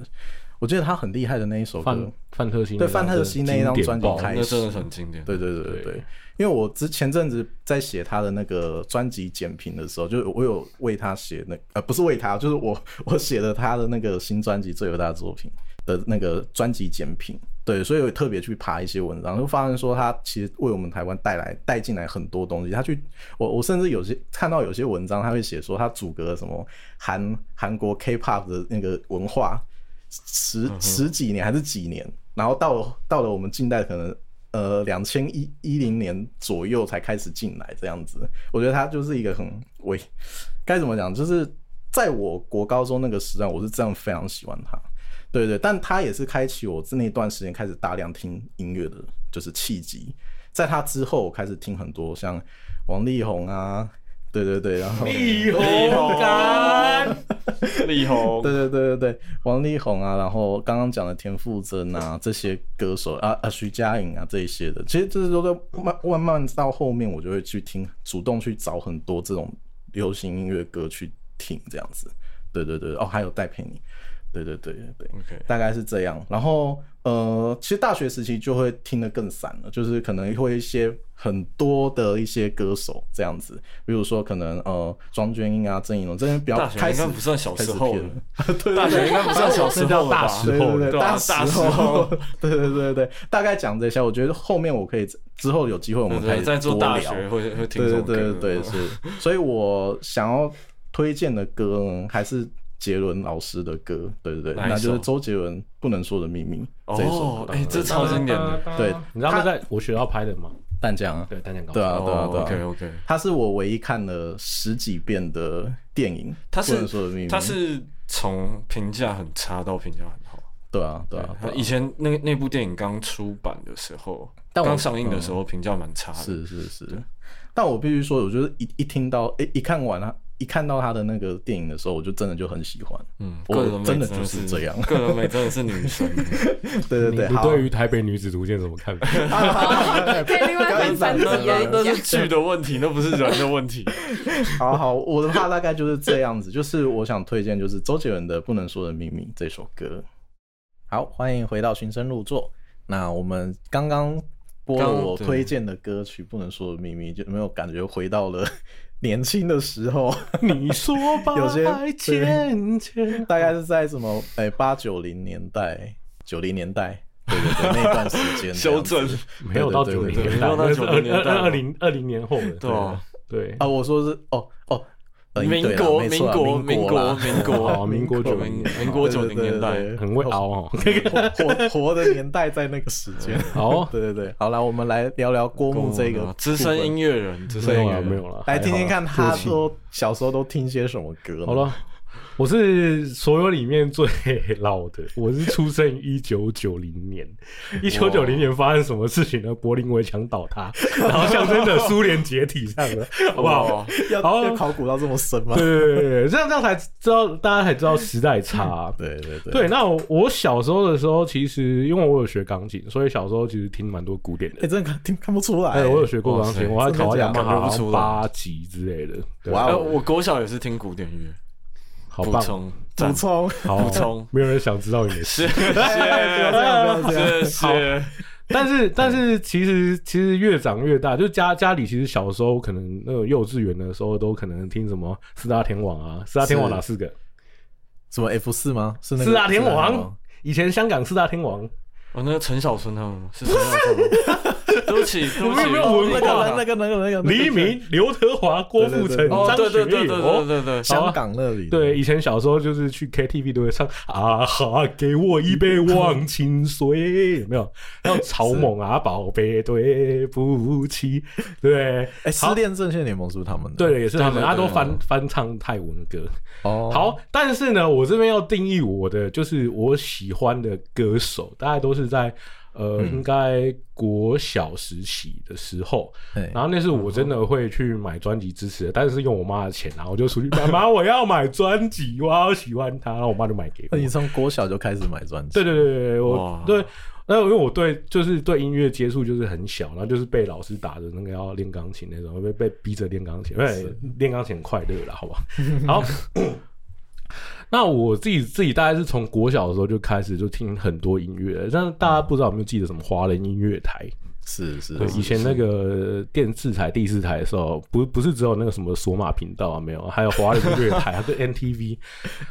我记得他很厉害的那一首歌
范，范特西
对范特西那一张专辑开
那真的是很经典。
对对对对
对
对，因为我之前阵子在写他的那个专辑简评的时候，就是我有为他写那呃不是为他，就是我我写了他的那个新专辑最伟大的作品的那个专辑简评，对，所以我特别去爬一些文章，就发现说他其实为我们台湾带来带进来很多东西。他去，我我甚至有些看到有些文章，他会写说他阻隔了什么韩韩国 K-pop 的那个文化十十几年还是几年，然后到了到了我们近代可能呃两千一一零年左右才开始进来这样子。我觉得他就是一个很喂，该怎么讲，就是在我国高中那个时段，我是真的非常喜欢他。对对，但他也是开启我那段时间开始大量听音乐的，就是契机。在他之后，我开始听很多像王力宏啊，对对对，然后
力
力
宏
宏
干，
力宏，
对对对对对，王力宏啊，然后刚刚讲的田馥甄啊，这些歌手啊啊，徐佳莹啊这一些的，其实这些都在慢慢慢到后面，我就会去听，主动去找很多这种流行音乐歌去听，这样子。对对对，哦，还有戴佩妮，对对对对对。
OK，
大概是这样。然后呃，其实大学时期就会听得更散了，就是可能会一些很多的一些歌手这样子，比如说可能呃庄娟英啊、郑怡龙这些比较
大学
开
应
始
该不算小时候
开
了
始偏了对
大学应该不算小时候了
大
吧？
时
对对对，
对啊
大
大时
候
候，
对对对对，大概讲这些，我觉得后面我可以之后有机会我
对
们可
对，
以
在做
多
大
聊
学会会听
对
这
对
种歌
对对对，是，所以我想要推荐的歌呢，还是杰伦老师的歌，对对对，
哪一
那就是
首
周杰伦《不能说的秘密》这一首
哦，
歌，
哎，这超经典的，
对
你知道他在我学校拍的吗？
淡江啊，
对，单讲高
对啊对啊对啊
OK OK，
它是我唯一看了十几遍的电影，
他
不能说的秘
是
密》，
他是从评价很差到评价很好。
对啊对啊，
他
对啊
以前那那部电影刚出版的时候，
但我
刚上映的时候评价蛮差的。
是是是，但我必须说，我就是一一听到，哎、一看完他，一看到他的那个电影的时候，我就真的就很喜欢，
嗯，
我
个人美
真的
的
就是是这 样
个人美真的是女 神。
对 对
你
对，
你
好，
对于台北女子图鉴怎么看？
可以另外分三集
那那
啊
来
那
讲
是。啊剧的问题，那不是人的问 题。
好好，我的话大概就是这样子，就是我想推荐就是周杰伦的《不能说的秘密》这首歌。好，欢迎回到寻声入座。那我们刚刚播了
刚
我
对
推荐的歌曲《不能说的秘密》，就有没有感觉回到了 年轻的时候？
你说吧，
有些
爱渐渐
大概是在什么？哎、八九零年代、九零年代，对对 对，那段时间这样子。
修正
没有到九零年代，
没有到
那是
90年代
二二零二零年后的，
对啊
对
啊，我说是哦哦，呃
民
对啦
国
没
民
错啦
国
民
民
国啦
国民
哦
国
民国九零
民
年
民国九
对
零
对对
年代
对，对
很会熬哦。
活活活的年代在那个时间。
好，
对对对，好了，我们来聊聊郭牧这个
啊
啊
资深音
乐，
乐人，资
没
深
有
音
了，
乐
没
人。
有了，
来
还好啦
听听看他
对不起
说小时候都听些什么歌呢。
好了，我是所有里面最老的，我是出生一九九零年。一九九零年发生什么事情呢？柏林围墙倒塌，然后象征着苏联解体上了，
啊
好不好
哇？
要
好
要考古到这么深吗
对？对对对，这样这样才知道，大家才知道时代差啊、
对对对
对，那我我小时候的时候，其实因为我有学钢琴，所以小时候其实听蛮多古典的
哎，。真的看听看不出来
哎，。我有学过钢琴，我
哇塞
还考到雅马
真的假的
哈
看不出来
八级之类的。对
哇
呃，
哦，
我国小也是听古典乐，
好
补
棒！
充
补
赞
充，
好
补充
没有人想知道 你的事。
谢谢
样 不要这
谢谢。
但是，但是，其实，其实越长越大，就家家里其实小时候可能那种幼稚园的时候，都可能听什么四大天王啊，四大天王
是
哪四个？
什么 F 四吗？是啊那个
四大啊天王。以前香港四大天王，
我哦那个陈小春他们吗是陈小春吗，对不起，对不
我们有
起，
没有
我
文
那
忘
个
了
那个那个那个
黎，明、刘德华、郭富
对对
城、
对
哦，
张
对对
学
对对
友。
对对对，
香港那里
对，以前小时候就是去 KTV 都会唱啊哈，给我一杯忘情水，有没有？还有草蜢啊，宝贝，对不起，对
哎，失恋阵线联盟是不是他们的？
对，也是他
对
们，
对
他都
对
翻翻唱泰文歌。
哦，
好，但是呢，我这边要定义我的，就是我喜欢的歌手，大概都是在呃，应该国小时期的时候，
哎，
然后那是我真的会去买专辑支持的，但是用我妈的钱，然后我就出去，妈妈我要买专辑，我好喜欢它，然后我妈就买给我
那。你从国小就开始买专辑？
对对对对对，我
哇
对。那因为我对就是对音乐接触就是很小，然后就是被老师打的那个要练钢琴那种，被被逼着练钢琴，因为练钢琴很快乐了，好 吧？然后，那我自己自己大概是从国小的时候就开始就听很多音乐了，但是大家不知道有没有记得什么华人音乐台？
是是
对，
是
以前那个电视台、第四台的时候，不不是只有那个什么索马频道啊，没有，还有华人音乐台，还有 NTV。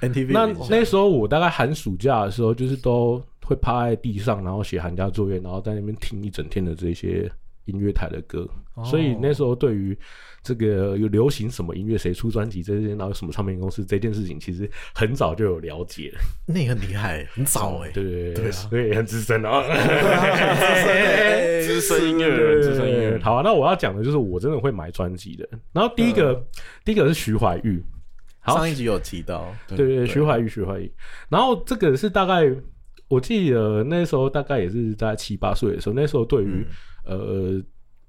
NTV
那
的影响
那时候我大概寒暑假的时候，就是都会趴在地上，然后写寒假作业，然后在那边听一整天的这些音乐台的歌。所以那时候对于这个有流行什么音乐，谁出专辑这些，然后有什么唱片公司这件事情，其实很早就有了解了。
那也很厉害，很
哦
早
欸
哎、
对哎对对，所以很资深啊。
哎
资深音乐人，资深音乐人，
好啊，那我要讲的就是我真的会买专辑的。然后第一个，第一个是徐怀钰，好
上一集有提到，嗯对
对对，对徐怀钰，徐怀钰。然后这个是大概，我记得那时候大概也是在七八岁的时候，那时候对于、
嗯
呃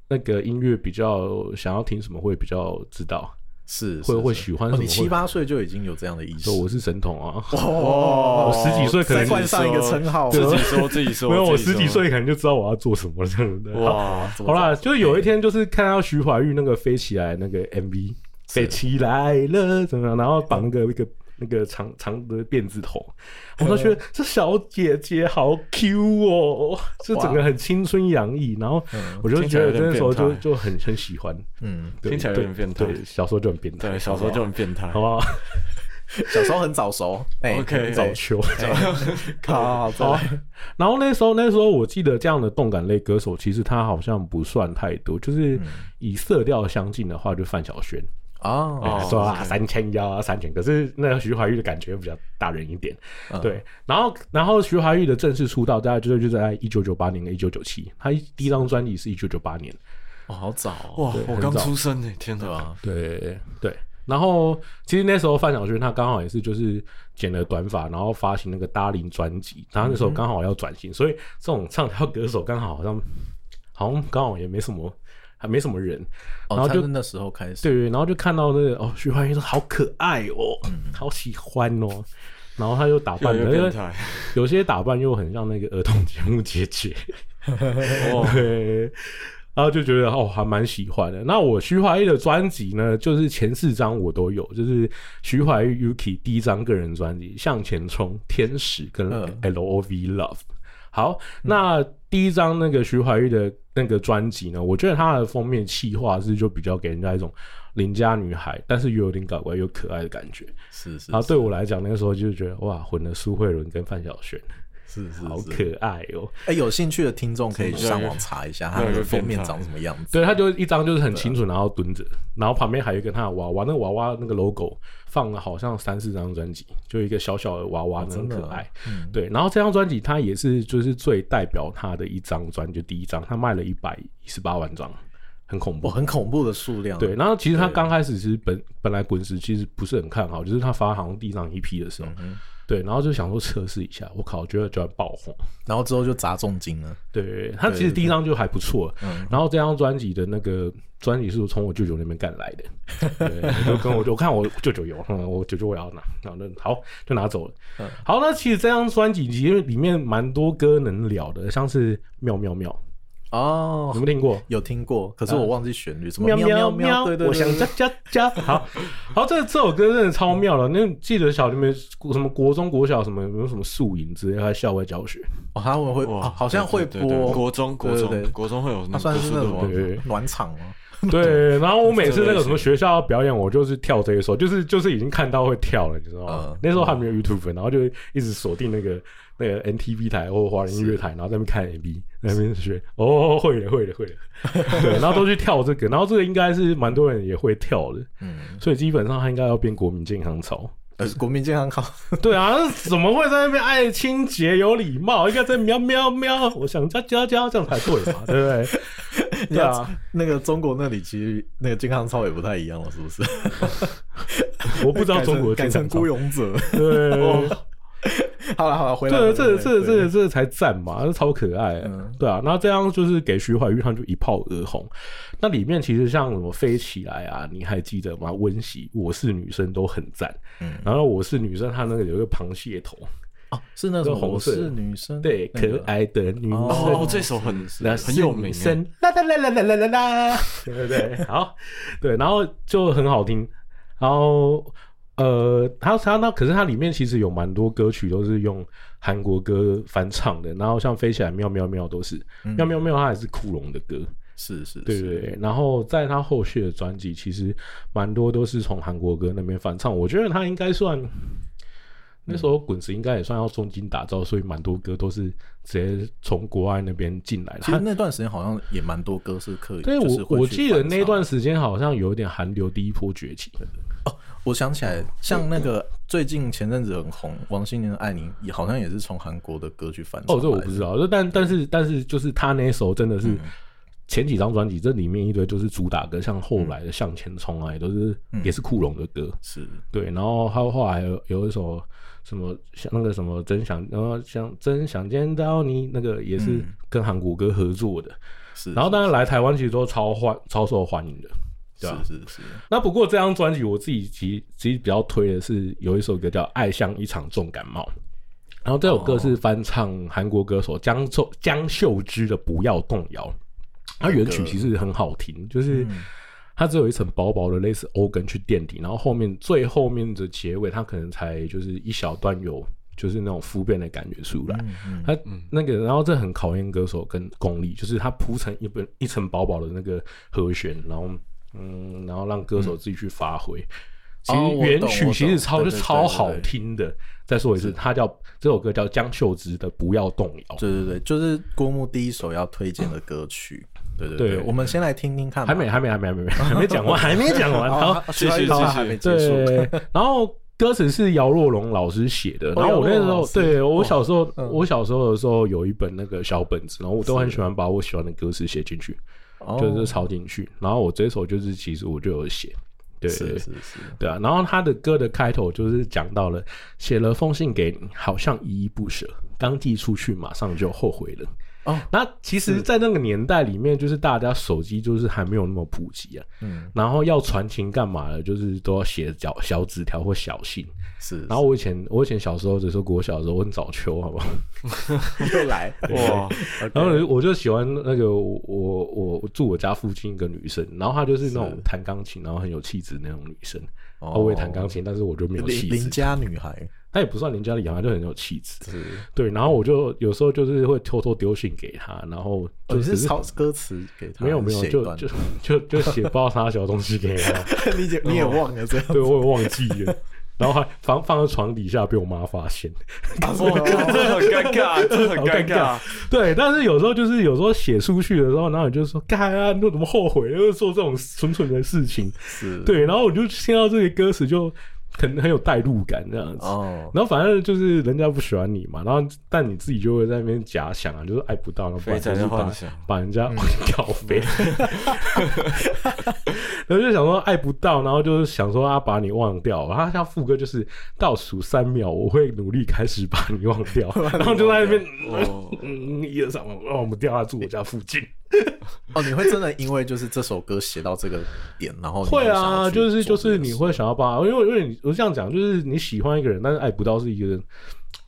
那个音乐比较想要听什么会比较知道，
是
会
是
会
是
喜欢
哦
什么
你
会。
七八岁就已经有这样的意识
说，我是神童 啊，
哦
我十几岁可能
再冠上一个称号，
哦自己说自己说，
没有，我十
自己说
几，岁可能就知道我要做什么了这样的。好
哇，怎么
好啦，就是有一天就是看到徐怀钰那个飞起来那个 MV，飞起来了怎么样？然后绑那个一个那个长长的辫子头，我都
嗯
觉得这小姐姐好 Q 哦，就整个很青春洋溢。然后我就觉得那时候就就很很喜欢，
嗯，
对
听起来有点变态
对，对小时候就很变态，
对，小时候就很变态
好。不好？
小时候很早熟，哎
OK
早
好球。
靠，
好啊，然后那时候那时候我记得这样的动感类歌手，其实他好像不算太多，就是
嗯
以色调相近的话，就范晓萱，
哦，
哦
说啊三千幺啊三千，可是那个徐怀钰的感觉比较大人一点，
嗯
对。然后然后徐怀钰的正式出道，大概就是就在一九九八年跟一九九七，他一第一张专辑是一九九八年，
哦好早哦，
哇，我刚出生呢，天
对啊
哪！
吧？
对对。然后其实那时候范晓萱她刚好也是就是剪了短发，然后发行那个《达林》专辑，她那时候刚好要转型，所以这种唱跳歌手刚好好像好像刚好也没什么还没什么人，然后
哦，他
就是
那时候开始，
对然后就看到那个哦徐怀钰说好可爱哦，好喜欢哦。然后她就打
越
扮哎
来
的，
越
因为
变态，
有些打扮又很像那个儿童节目姐姐，
哇，
对，然后就觉得哦，还蛮喜欢的。那我徐怀钰的专辑呢，就是前四张我都有，就是徐怀钰 Yuki 第一张个人专辑《向前冲》《天使》跟
嗯
《L O V Love》。好，那第一张那个徐怀钰的那个专辑呢，我觉得它的封面气化是就比较给人家一种邻家女孩，但是又有点搞怪又可爱的感觉。
是是
然后对我来讲，那个时候就觉得哇，混了苏慧伦跟范晓萱，
是是
好
是，
可爱哦、
哎，有兴趣的听众可以上网查一下他们的封面长什么样子，
对，他就一张就是很清楚，然后蹲着，然后旁边还有一个他的娃娃，那个娃娃那个 logo 放了好像三四张专辑，就一个小小的娃娃，很
哦真的啊嗯
可爱。对，然后这张专辑它也是就是最代表他的一张专辑，就第一张，他卖了一百一十八万张，很恐怖
哇，。很恐怖的数量，
对，然后其实他刚开始其实本本来滚石其实不是很看好，就是他发行第一张 EP 的时候，
嗯
对，然后就想说测试一下，我靠，我觉得居然爆红，
然后之后就砸重金了，
对，他
对嗯
其实
对
第一张就还不错，然后这张专辑的那个专辑是从我舅舅那边干来的， 对，我就跟我我看我舅舅有， 嗯，我舅舅我要拿，然后就好就拿走了。
嗯
好，那其实这张专辑其实里面蛮多歌能聊的，像是妙妙妙，
哦
有没，有听过？
有听过，可是我忘记旋律，什么
嗯喵
喵
喵
喵，
喵！
对对，
我想
对
加加加。 好，好，这这首歌真的超妙了。那记得小你们什么国中、国小什么有没有什么宿营之类，还有校外教学？
哦，他们会，
哇
哦好像会
对对对对
播
国，中国
对对
中
对
国中会有那
他
个
算是那
国术
种
的
对
暖场吗？
对，然后我每次那
这类
个
型
什么学校表演，我就是跳这一首，就是就是已经看到会跳了，你知道吗？
嗯
那时候还没有 YouTube，然后就一直锁定那个那个 NTV 台或华人音乐台，然后在那边看 MV，在那边学哦，会了会了会了， 对，然后都去跳这个，然后这个应该是蛮多人也会跳的，
嗯，
所以基本上它应该要变国民健康操。
呃，国民健康考，
对啊，那怎么会在那边爱清洁有礼貌？应该在喵喵喵，我想叫叫叫这样才对嘛，对不对？ 对啊，
那个中国那里其实那个健康操也不太一样了，是不是？
我 不知道中国的
改
健
成改成
康操
孤。勇者。
对，
好了好了，回来
这
了。
个这个
回来了
这个这
对
个这个才赞嘛，这超可爱、
嗯
对啊。那这样就是给徐怀钰，他就一炮而红。那里面其实像什么飞起来啊，你还记得吗？温习我是女生都很赞，
嗯
然后我是女生，她那个有一个螃蟹头，
哦，是那种
这红
我
色
是女生，
对，
那个
可爱的女生。
哦，这首很
那
很有名
是女生，啦啦啦啦啦啦啦啦，对不对？好，对，然后就很好听，然后呃，它它那可是它里面其实有蛮多歌曲都是用韩国歌翻唱的，然后像飞起来喵喵喵都是、喵喵喵，它也是库龙的歌，
是是，
对
是
对对。然后在他后续的专辑，其实蛮多都是从韩国歌那边翻唱，我觉得他应该算那时候滚石应该也算要重金打造，所以蛮多歌都是直接从国外那边进来的。
其实那段时间好像也蛮多歌是可以，
对
就是
我
会
我
去
记得
翻
那
唱
段时间好像有一点韩流第一波崛起，
我想起来，像那个最近前阵子很红王心凌的《爱你》，也好像也是从韩国的歌去翻唱。
哦，这我不知。道，就但但是但是就是他那首真的
嗯
是前几张专辑，这里面一堆就是主打歌，像
嗯
后来的《向前冲》啊，也都是、也是库龙的歌，
是，
对。然后还有后来有有一首什么像那个什么真想，然后想真想见到你，那个也是
嗯
跟韩国歌合作的。
是
然后当然来台湾其实都超欢超受欢迎的。
是是是，
那不过这张专辑我自己其实其实比较推的是有一首歌叫《爱像一场重感冒》，然后这首歌是翻唱韩国歌手江秀江秀芝的《不要动摇》，它原曲其实很好
嗯
听，就是它只有一层薄薄的类似欧根去垫底，然后后面最后面的结尾它可能才就是一小段有。就是那种复变的感觉出来，
嗯
它那个，然后这很考验歌手跟功力，就是它铺成一本一层薄薄的那个和弦，然后嗯，然后让歌手自己去发挥。其
哦
实
我
原
懂
曲
我
其实
懂
超
对
就
对对
超
对
好
对
听的。再说一次，它叫这首歌叫江秀芝的《不要动摇》，
对对对，就是郭牧第一首要推荐的歌曲。对对
对
我们先来听听看吧。
还没还没还没还没 还没讲完，还没讲完。然后
好，徐
继续
浩
继续
还没结束。
对，然后歌词是姚若龙老师写的。然后我那
哦姚若
时
龙老
候，
师
对我
哦
小时候，
嗯
我小时候的时候有一本那个小本子，然后我都很喜欢把我喜欢的歌词写进去，
哦
就是抄进去。然后我这首就是其实我就有写，对，
是是是，
对啊，然后他的歌的开头就是讲到了，写了封信给你，好像依依不舍，刚寄出去马上就后悔了。
哦，
那其实，在那个年代里面，就是大家手机就是还没有那么普及啊，
嗯，
然后要传情干嘛的，就是都要写小小纸条或小信。
是。
然后我以前，我以前小时候，只是国小的时候，我很早秋，好不好？
又 来，哦
哇，
然后我就我就喜欢那个我我我我住我家附近一个女生，然后她就是那种弹钢琴，然后很有气质那种女生。哦，我也弹钢琴，但是我就没有气
邻
质。
邻家女孩
他也不算邻家里好像就很有气质。
是，
对，然后我就有时候就是会偷偷丢信给他，然后
哦
就
你
只
是
是
抄歌词给他，
没有没有
写一
就
段
就 就就写不知道啥小东西 给他，
你也你也忘了这样，
对我也忘记了。然后还放放在床底下被我妈发现，
我靠，这很尴尬，这很
好
尴尬。。
对，但是有时候就是有时候写出去的时候，然后你就说干啊，你怎么后悔，又做这种蠢蠢的事情？
是，
对，然后我就听到这些歌词就很很有代入感这样子。
哦，
然后反正就是人家不喜欢你嘛，然后但你自己就会在那边假想啊，就是爱不到，然后不
肥
然就
宅
是
的
把
幻想，
把人
嗯
家 搞飞，然后就想说爱不到，然后就是想说他把你忘掉，然后像副歌就是倒数三秒，我会努力开始把你忘 掉，然后就在那边
哦
嗯嗯一二三，我我们掉下住我家附 近，
哦，你会真的因为就是这首歌写到这个点，然后你
会
想
啊，
要去
就是
做
就
这
是
件
你
事
会想要把，因为因为你我这样讲，就是你喜欢一个人，但是爱不到是一个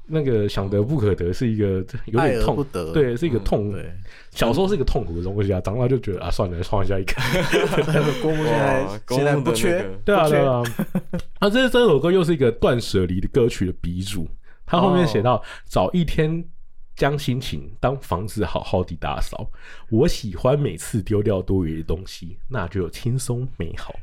那个想得不可得，是一个有
爱
点
而
痛
不，得，嗯
对，是一个痛。
对。
小时候是一个痛苦的东西啊，长大就觉得啊，算了，换下一个。
郭牧现
哇
在
公
现在
公的
不缺
那个，
对啊，
不缺
对啊。 啊，这这首歌又是一个断舍离的歌曲的鼻祖，它后面写
哦
到、找一天。将心情当房子好好地打扫，我喜欢每次丢掉多余的东西，那就有轻松 美好，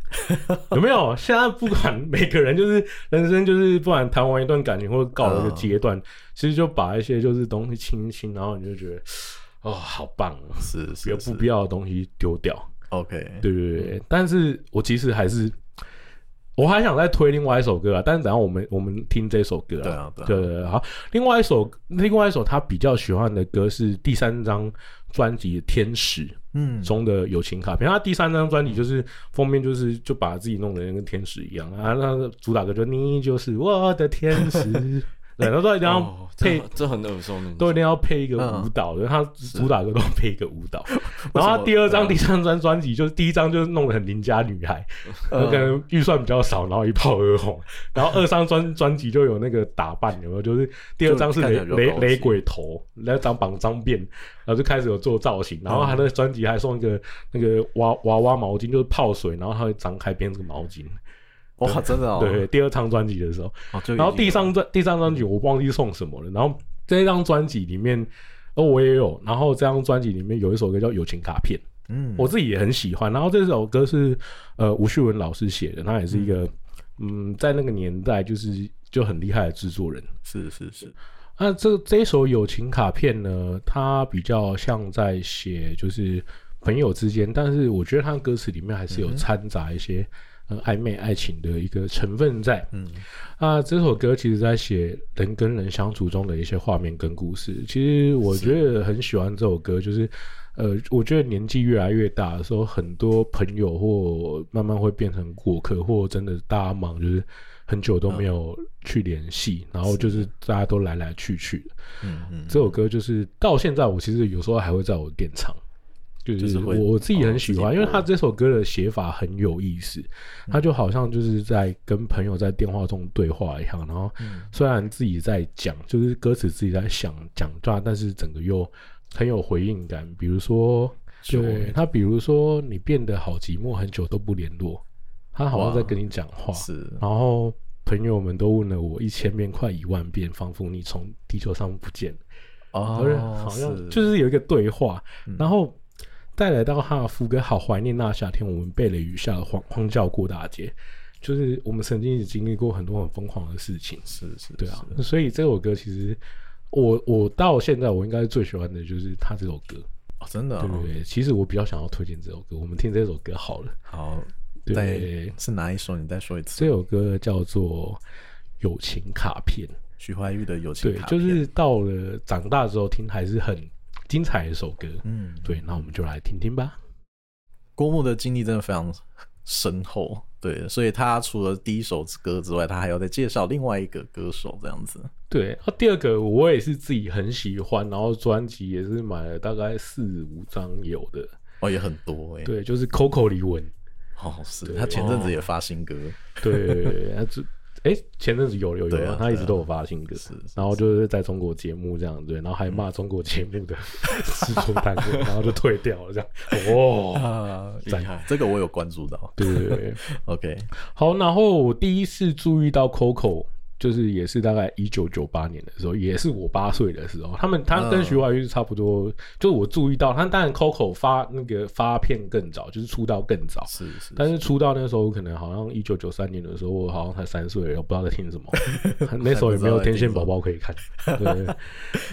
有没有？现在不管每个人就是人生，就是不管谈完一段感情或者告
哦
了一个阶段，其实就把一些就是东西清一清，然后你就觉得哦，好棒哦，
是是
有不
是
必要的东西丢掉。
，OK，
对对对，对但是我其实还是，我还想再推另外一首歌啊，但是等一下我们我们听这首歌
对啊对啊
对对，好，另外一首另外一首他比较喜欢的歌是第三张专辑《天使》
嗯，
中的友情卡片，他第三张专辑就是封面就是就把自己弄得跟天使一样啊，那个主打歌就你就是我的天使， 对，他都一定要
哦
配
这这很耳熟能
都一
详。
定要配一个
嗯
舞蹈的，他主打歌都配一个舞蹈。
为
然后
什
他
么
第二张、
嗯
第三张专辑，就是第一张就是弄得很邻家女孩，
嗯
可能预算比较少，然后一炮而红。然后二张专专辑就有那个打扮，有没有？就是第二张是
就看
雷
起来比较
雷
高级
雷鬼头，那张绑脏辫，然后就开始有做造型。然后
嗯
他的专辑还送一个那个娃娃娃毛巾，就是泡水，然后它会张开变成个毛巾。
哇，真的哦，
对，第二张专辑的时候，
哦，就已
然后
经
第三专第三张专辑我忘记送什么了，然后这张专辑里面，哦我也有，然后这张专辑里面有一首歌叫《友情卡片》，
嗯，
我自己也很喜欢。然后这首歌是呃吴旭文老师写的，他也是一个嗯在那个年代就是就很厉害的制作人。
是是是，
那这这一首友情卡片呢，它比较像在写就是朋友之间，但是我觉得它歌词里面还是有掺杂一些、呃暧昧爱情的一个成分在。嗯，啊，这首歌其实在写人跟人相处中的一些画面跟故事。其实我觉得很喜欢这首歌，就是。呃，我觉得年纪越来越大的时候，很多朋友或慢慢会变成过客，或真的大家忙，就是很久都没有去联系，然后就是大家都来来去去的。
嗯嗯，
这首歌就是到现在，我其实有时候还会在我店唱，就
就是
是我
会
我自己
哦
很
自
喜
己
欢，因为
播
他这首歌的写法很有意思，他就好像就是在跟朋友在电话中对话一样，然后
嗯
虽然自己在讲，就是歌词自己在想讲话，但是整个又很有回应感。比如说，对他，比如说你变得好寂寞，很久都不联络，他好像在
哇
跟你讲话，
是
然后朋友们都问了我一千遍、快一万遍，仿佛你从地球上不见了。好像
哦，
好像
是嗯
就是有一个对话，然后再来到他的副歌，好怀念那夏天，我们被雷雨下的荒荒郊过大街，就是我们曾经也经历过很多很疯狂的事情，
是是，
对啊，所以这首歌其实我我到现在我应该最喜欢的就是他这首歌，
哦，真的哦
对不对？其实我比较想要推荐这首歌，我们听这首歌好了，
好，
对
再是哪一首？你再说一次
这。首歌叫做《友情卡片》。
徐怀钰的友情
对，
卡
就
片
是到了长大之后听还是很精彩的一首歌。
嗯，
对，那我们就来听听吧。
郭牧的经历真的非常深厚，对，所以他除了第一首歌之外，他还要再介绍另外一个歌手，这样子。
对，啊，第二个我也是自己很喜欢，然后专辑也是买了大概四五张有的。
哦，也很多哎、欸，，
对，就是 Coco 李玟。
哦，是
对
他前阵子也发新歌，
对，啊，这哎、前阵子有有
对
有、
啊
他一直
对啊
都有发新歌，
是是
然后就是在中国节目这样对，然后还
嗯
骂中国节目的 制作单位，然后就退掉了这样。哦，
啊，
厉
赞
害
这个我有关注到。
对对对。
OK，
好，然后我第一次注意到 Coco，就是也是大概一九九八年的时候，也是我八岁的时候，他们他跟
嗯
徐怀钰是差不多，就是我注意到他，当然 Coco 发那个发片更早，就是出道更早。
是是，
但是出道那时候，可能好像一九九三年的时候，我好像才三岁，我不知道在听什 么。那时候也没有天线宝宝可以看。对，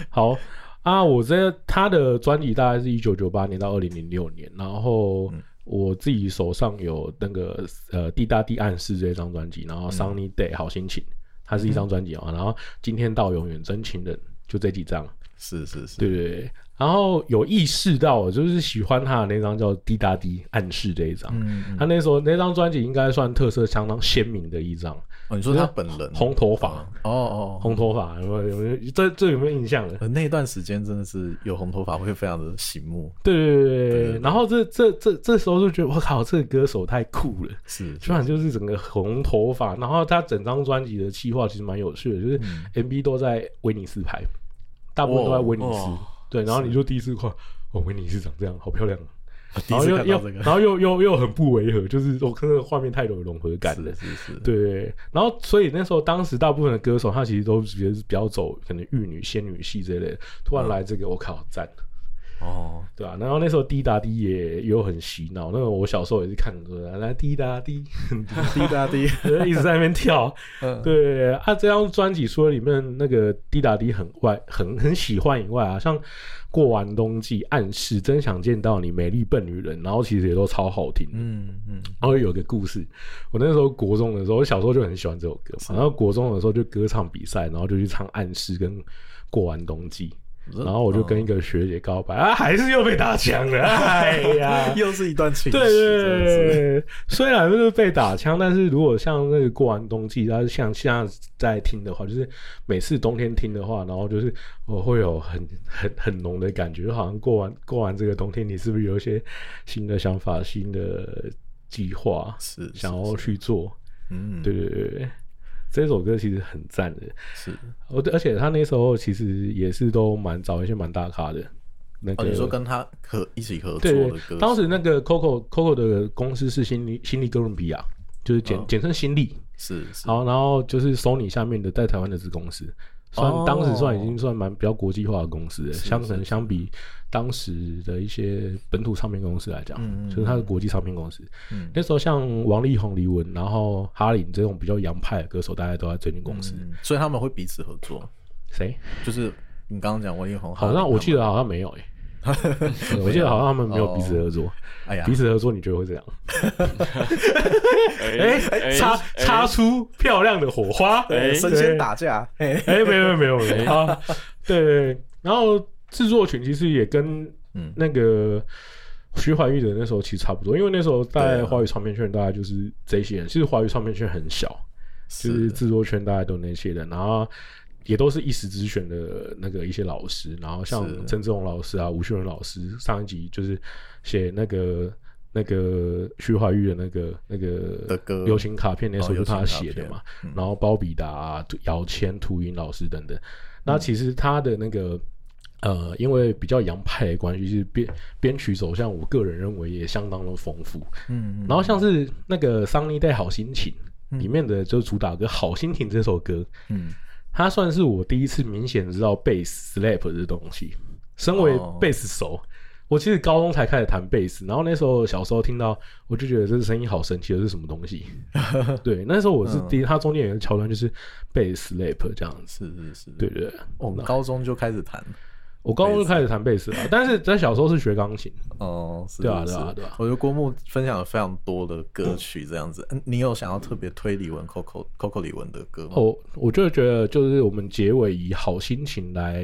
好啊，我这他的专辑大概是一九九八年到二零零六年，然后我自己手上有那个呃《地大地暗示》这张专辑，然后《Sunny Day》好心情，它是一张专辑啊，然后《今天到永远真情人》就这几张，
是是是，
对对对。然后有意识到，我就是喜欢他的那张叫《滴答滴暗示》这一张，
嗯，嗯
他那时候那张专辑应该算特色相当鲜明的一张，
哦，你说他本人
红头发，
哦哦，
红头发有没有有没有？这这有没有印象了？
呃那段时间真的是有红头发会非常的醒目，
对对对对
对
对
对
对。
对
然后这这这这时候就觉得我靠，这个歌手太酷了。
是
基本上就是整个红头发，然后他整张专辑的企划其实蛮有趣的，就是
嗯
MV 都在威尼斯拍，大部分都在威尼斯，
哦
哇
对，然后你就第一次看，哦，威尼斯长这样，好漂亮啊！
哦第
然
一
后
次
又
看到
又
这个
然后又又又很不违和，就是我看那个画面太有融合感了
是。是是，
对，然后所以那时候当时大部分的歌手，他其实都直接是比较走可能玉女、仙女系这类的，突然来这个，我靠，赞！
哦，
对啊，然后那时候滴答滴也也有很洗脑，那个我小时候也是看啊很多人来滴答滴，
滴答滴，
就是一直在那边跳。
嗯
对啊，这张专辑除了里面那个滴答滴很外很很喜欢以外啊，像过完冬季、暗示、真想见到你、美丽笨女人，然后其实也都超好听。
嗯嗯，，
然后有个故事，我那时候国中的时候，我小时候就很喜欢这首歌嘛，然后国中的时候就歌唱比赛，然后就去唱暗示跟过完冬季。然后我就跟一个学姐告白、啊，还是又被打枪了，哎呀
哦又是一段情史，
对
真的是
对对，虽然就是被打枪，但是如果像那个过完冬季，它是像现在在听的话，就是每次冬天听的话，然后就是我会有很很很浓的感觉，就好像过完过完这个冬天，你是不是有一些新的想法、新的计划
是是
想要去做？
嗯，
对对对对，这首歌其实很赞的，
是。
我而且他那时候其实也是都蛮找一些蛮大咖的。那
哦，
个、
你说跟他合一起合作
对
的
对
歌手，
当时那个 Coco Coco 的公司是新力新力哥伦比亚，就是简、
嗯
简称新力。
是是
好，然后就是 Sony 下面的在台湾的子公司，算、
哦
当时算已经算蛮比较国际化的公司了，
是
相
是
可能相比当时的一些本土唱片公司来讲，
嗯嗯
就是它是国际唱片公司。
嗯
那时候像王力宏、李玟，然后哈林这种比较洋派的歌手，大家都在最近公司。
嗯所以他们会彼此合作，
谁？
就是你刚刚讲王力宏，
好像我记得好像没有诶、 欸我记得好像他们没有彼此合作，
哎呀
彼，此合作你觉得会这样？
哎
哎、擦擦出漂亮的火花，
哎
神仙打架，哎，
哎、没有没有没有啊，对，然后制作群其实也跟
嗯
那个徐怀钰的那时候其实差不多，因为那时候
对
在
啊
华语唱片圈大概就是这些人，其实华语唱片圈很小，就是制作圈大概都那些人，然后。也都是一时之选的那个一些老师，然后像
是
郑志龙老师啊、吴秀仁老师，上一集就是写那个那个徐怀钰的那个那个
的歌
友情卡片那首
哦
是他
友情卡
写的
片
嘛，
嗯
然后包比达、啊、涂姚谦、涂云老师等等。那
嗯
其实他的那个呃，因为比较洋派的关系，是编编曲走向，我个人认为也相当的丰富。
嗯，
然后像是那个《桑尼带好心情》里面的就是主打歌《好心情》这首歌，
嗯
它算是我第一次明显知道 bass slap 这东西。身为
哦
bass 手，我其实高中才开始弹 bass，然后那时候小时候听到，我就觉得这声音好神奇，这是什么 东西？对，那时候我
嗯
是第一，它中间有一个桥段就是 bass slap 这样子。
是是是，
对对，对
哦，我们高中就开始弹，
我高中就开始弹贝斯了，但是在小时候是学钢琴，
哦，是
对啊
是
对啊
是
对啊
我觉得郭牧分享了非常多的歌曲，这样子，嗯你有想要特别推李玟 Coco Coco 李玟的歌吗？
我哦我就觉得就是我们结尾以好心情来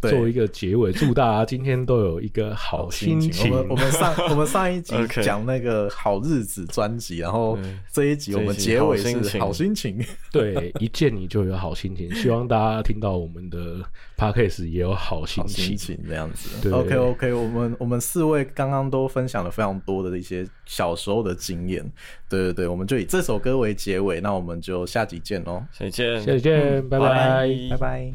对
做一个结尾，祝大家今天都有一个好心情。
我们我们上我们上一集
OK
讲那个好日子专辑，然后
对
嗯这一集我们结尾
这一集好心
是
情
好心情，
对，一见你就有好心情，希望大家听到我们的 podcast 也有好心
好
情。
心情这样子。
对
OK OK，我们我们四位刚刚都分享了非常多的一些小时候的经验，对对对，我们就以这首歌为结尾，那我们就下集见喽，
再见，
下次见，拜拜。
拜拜。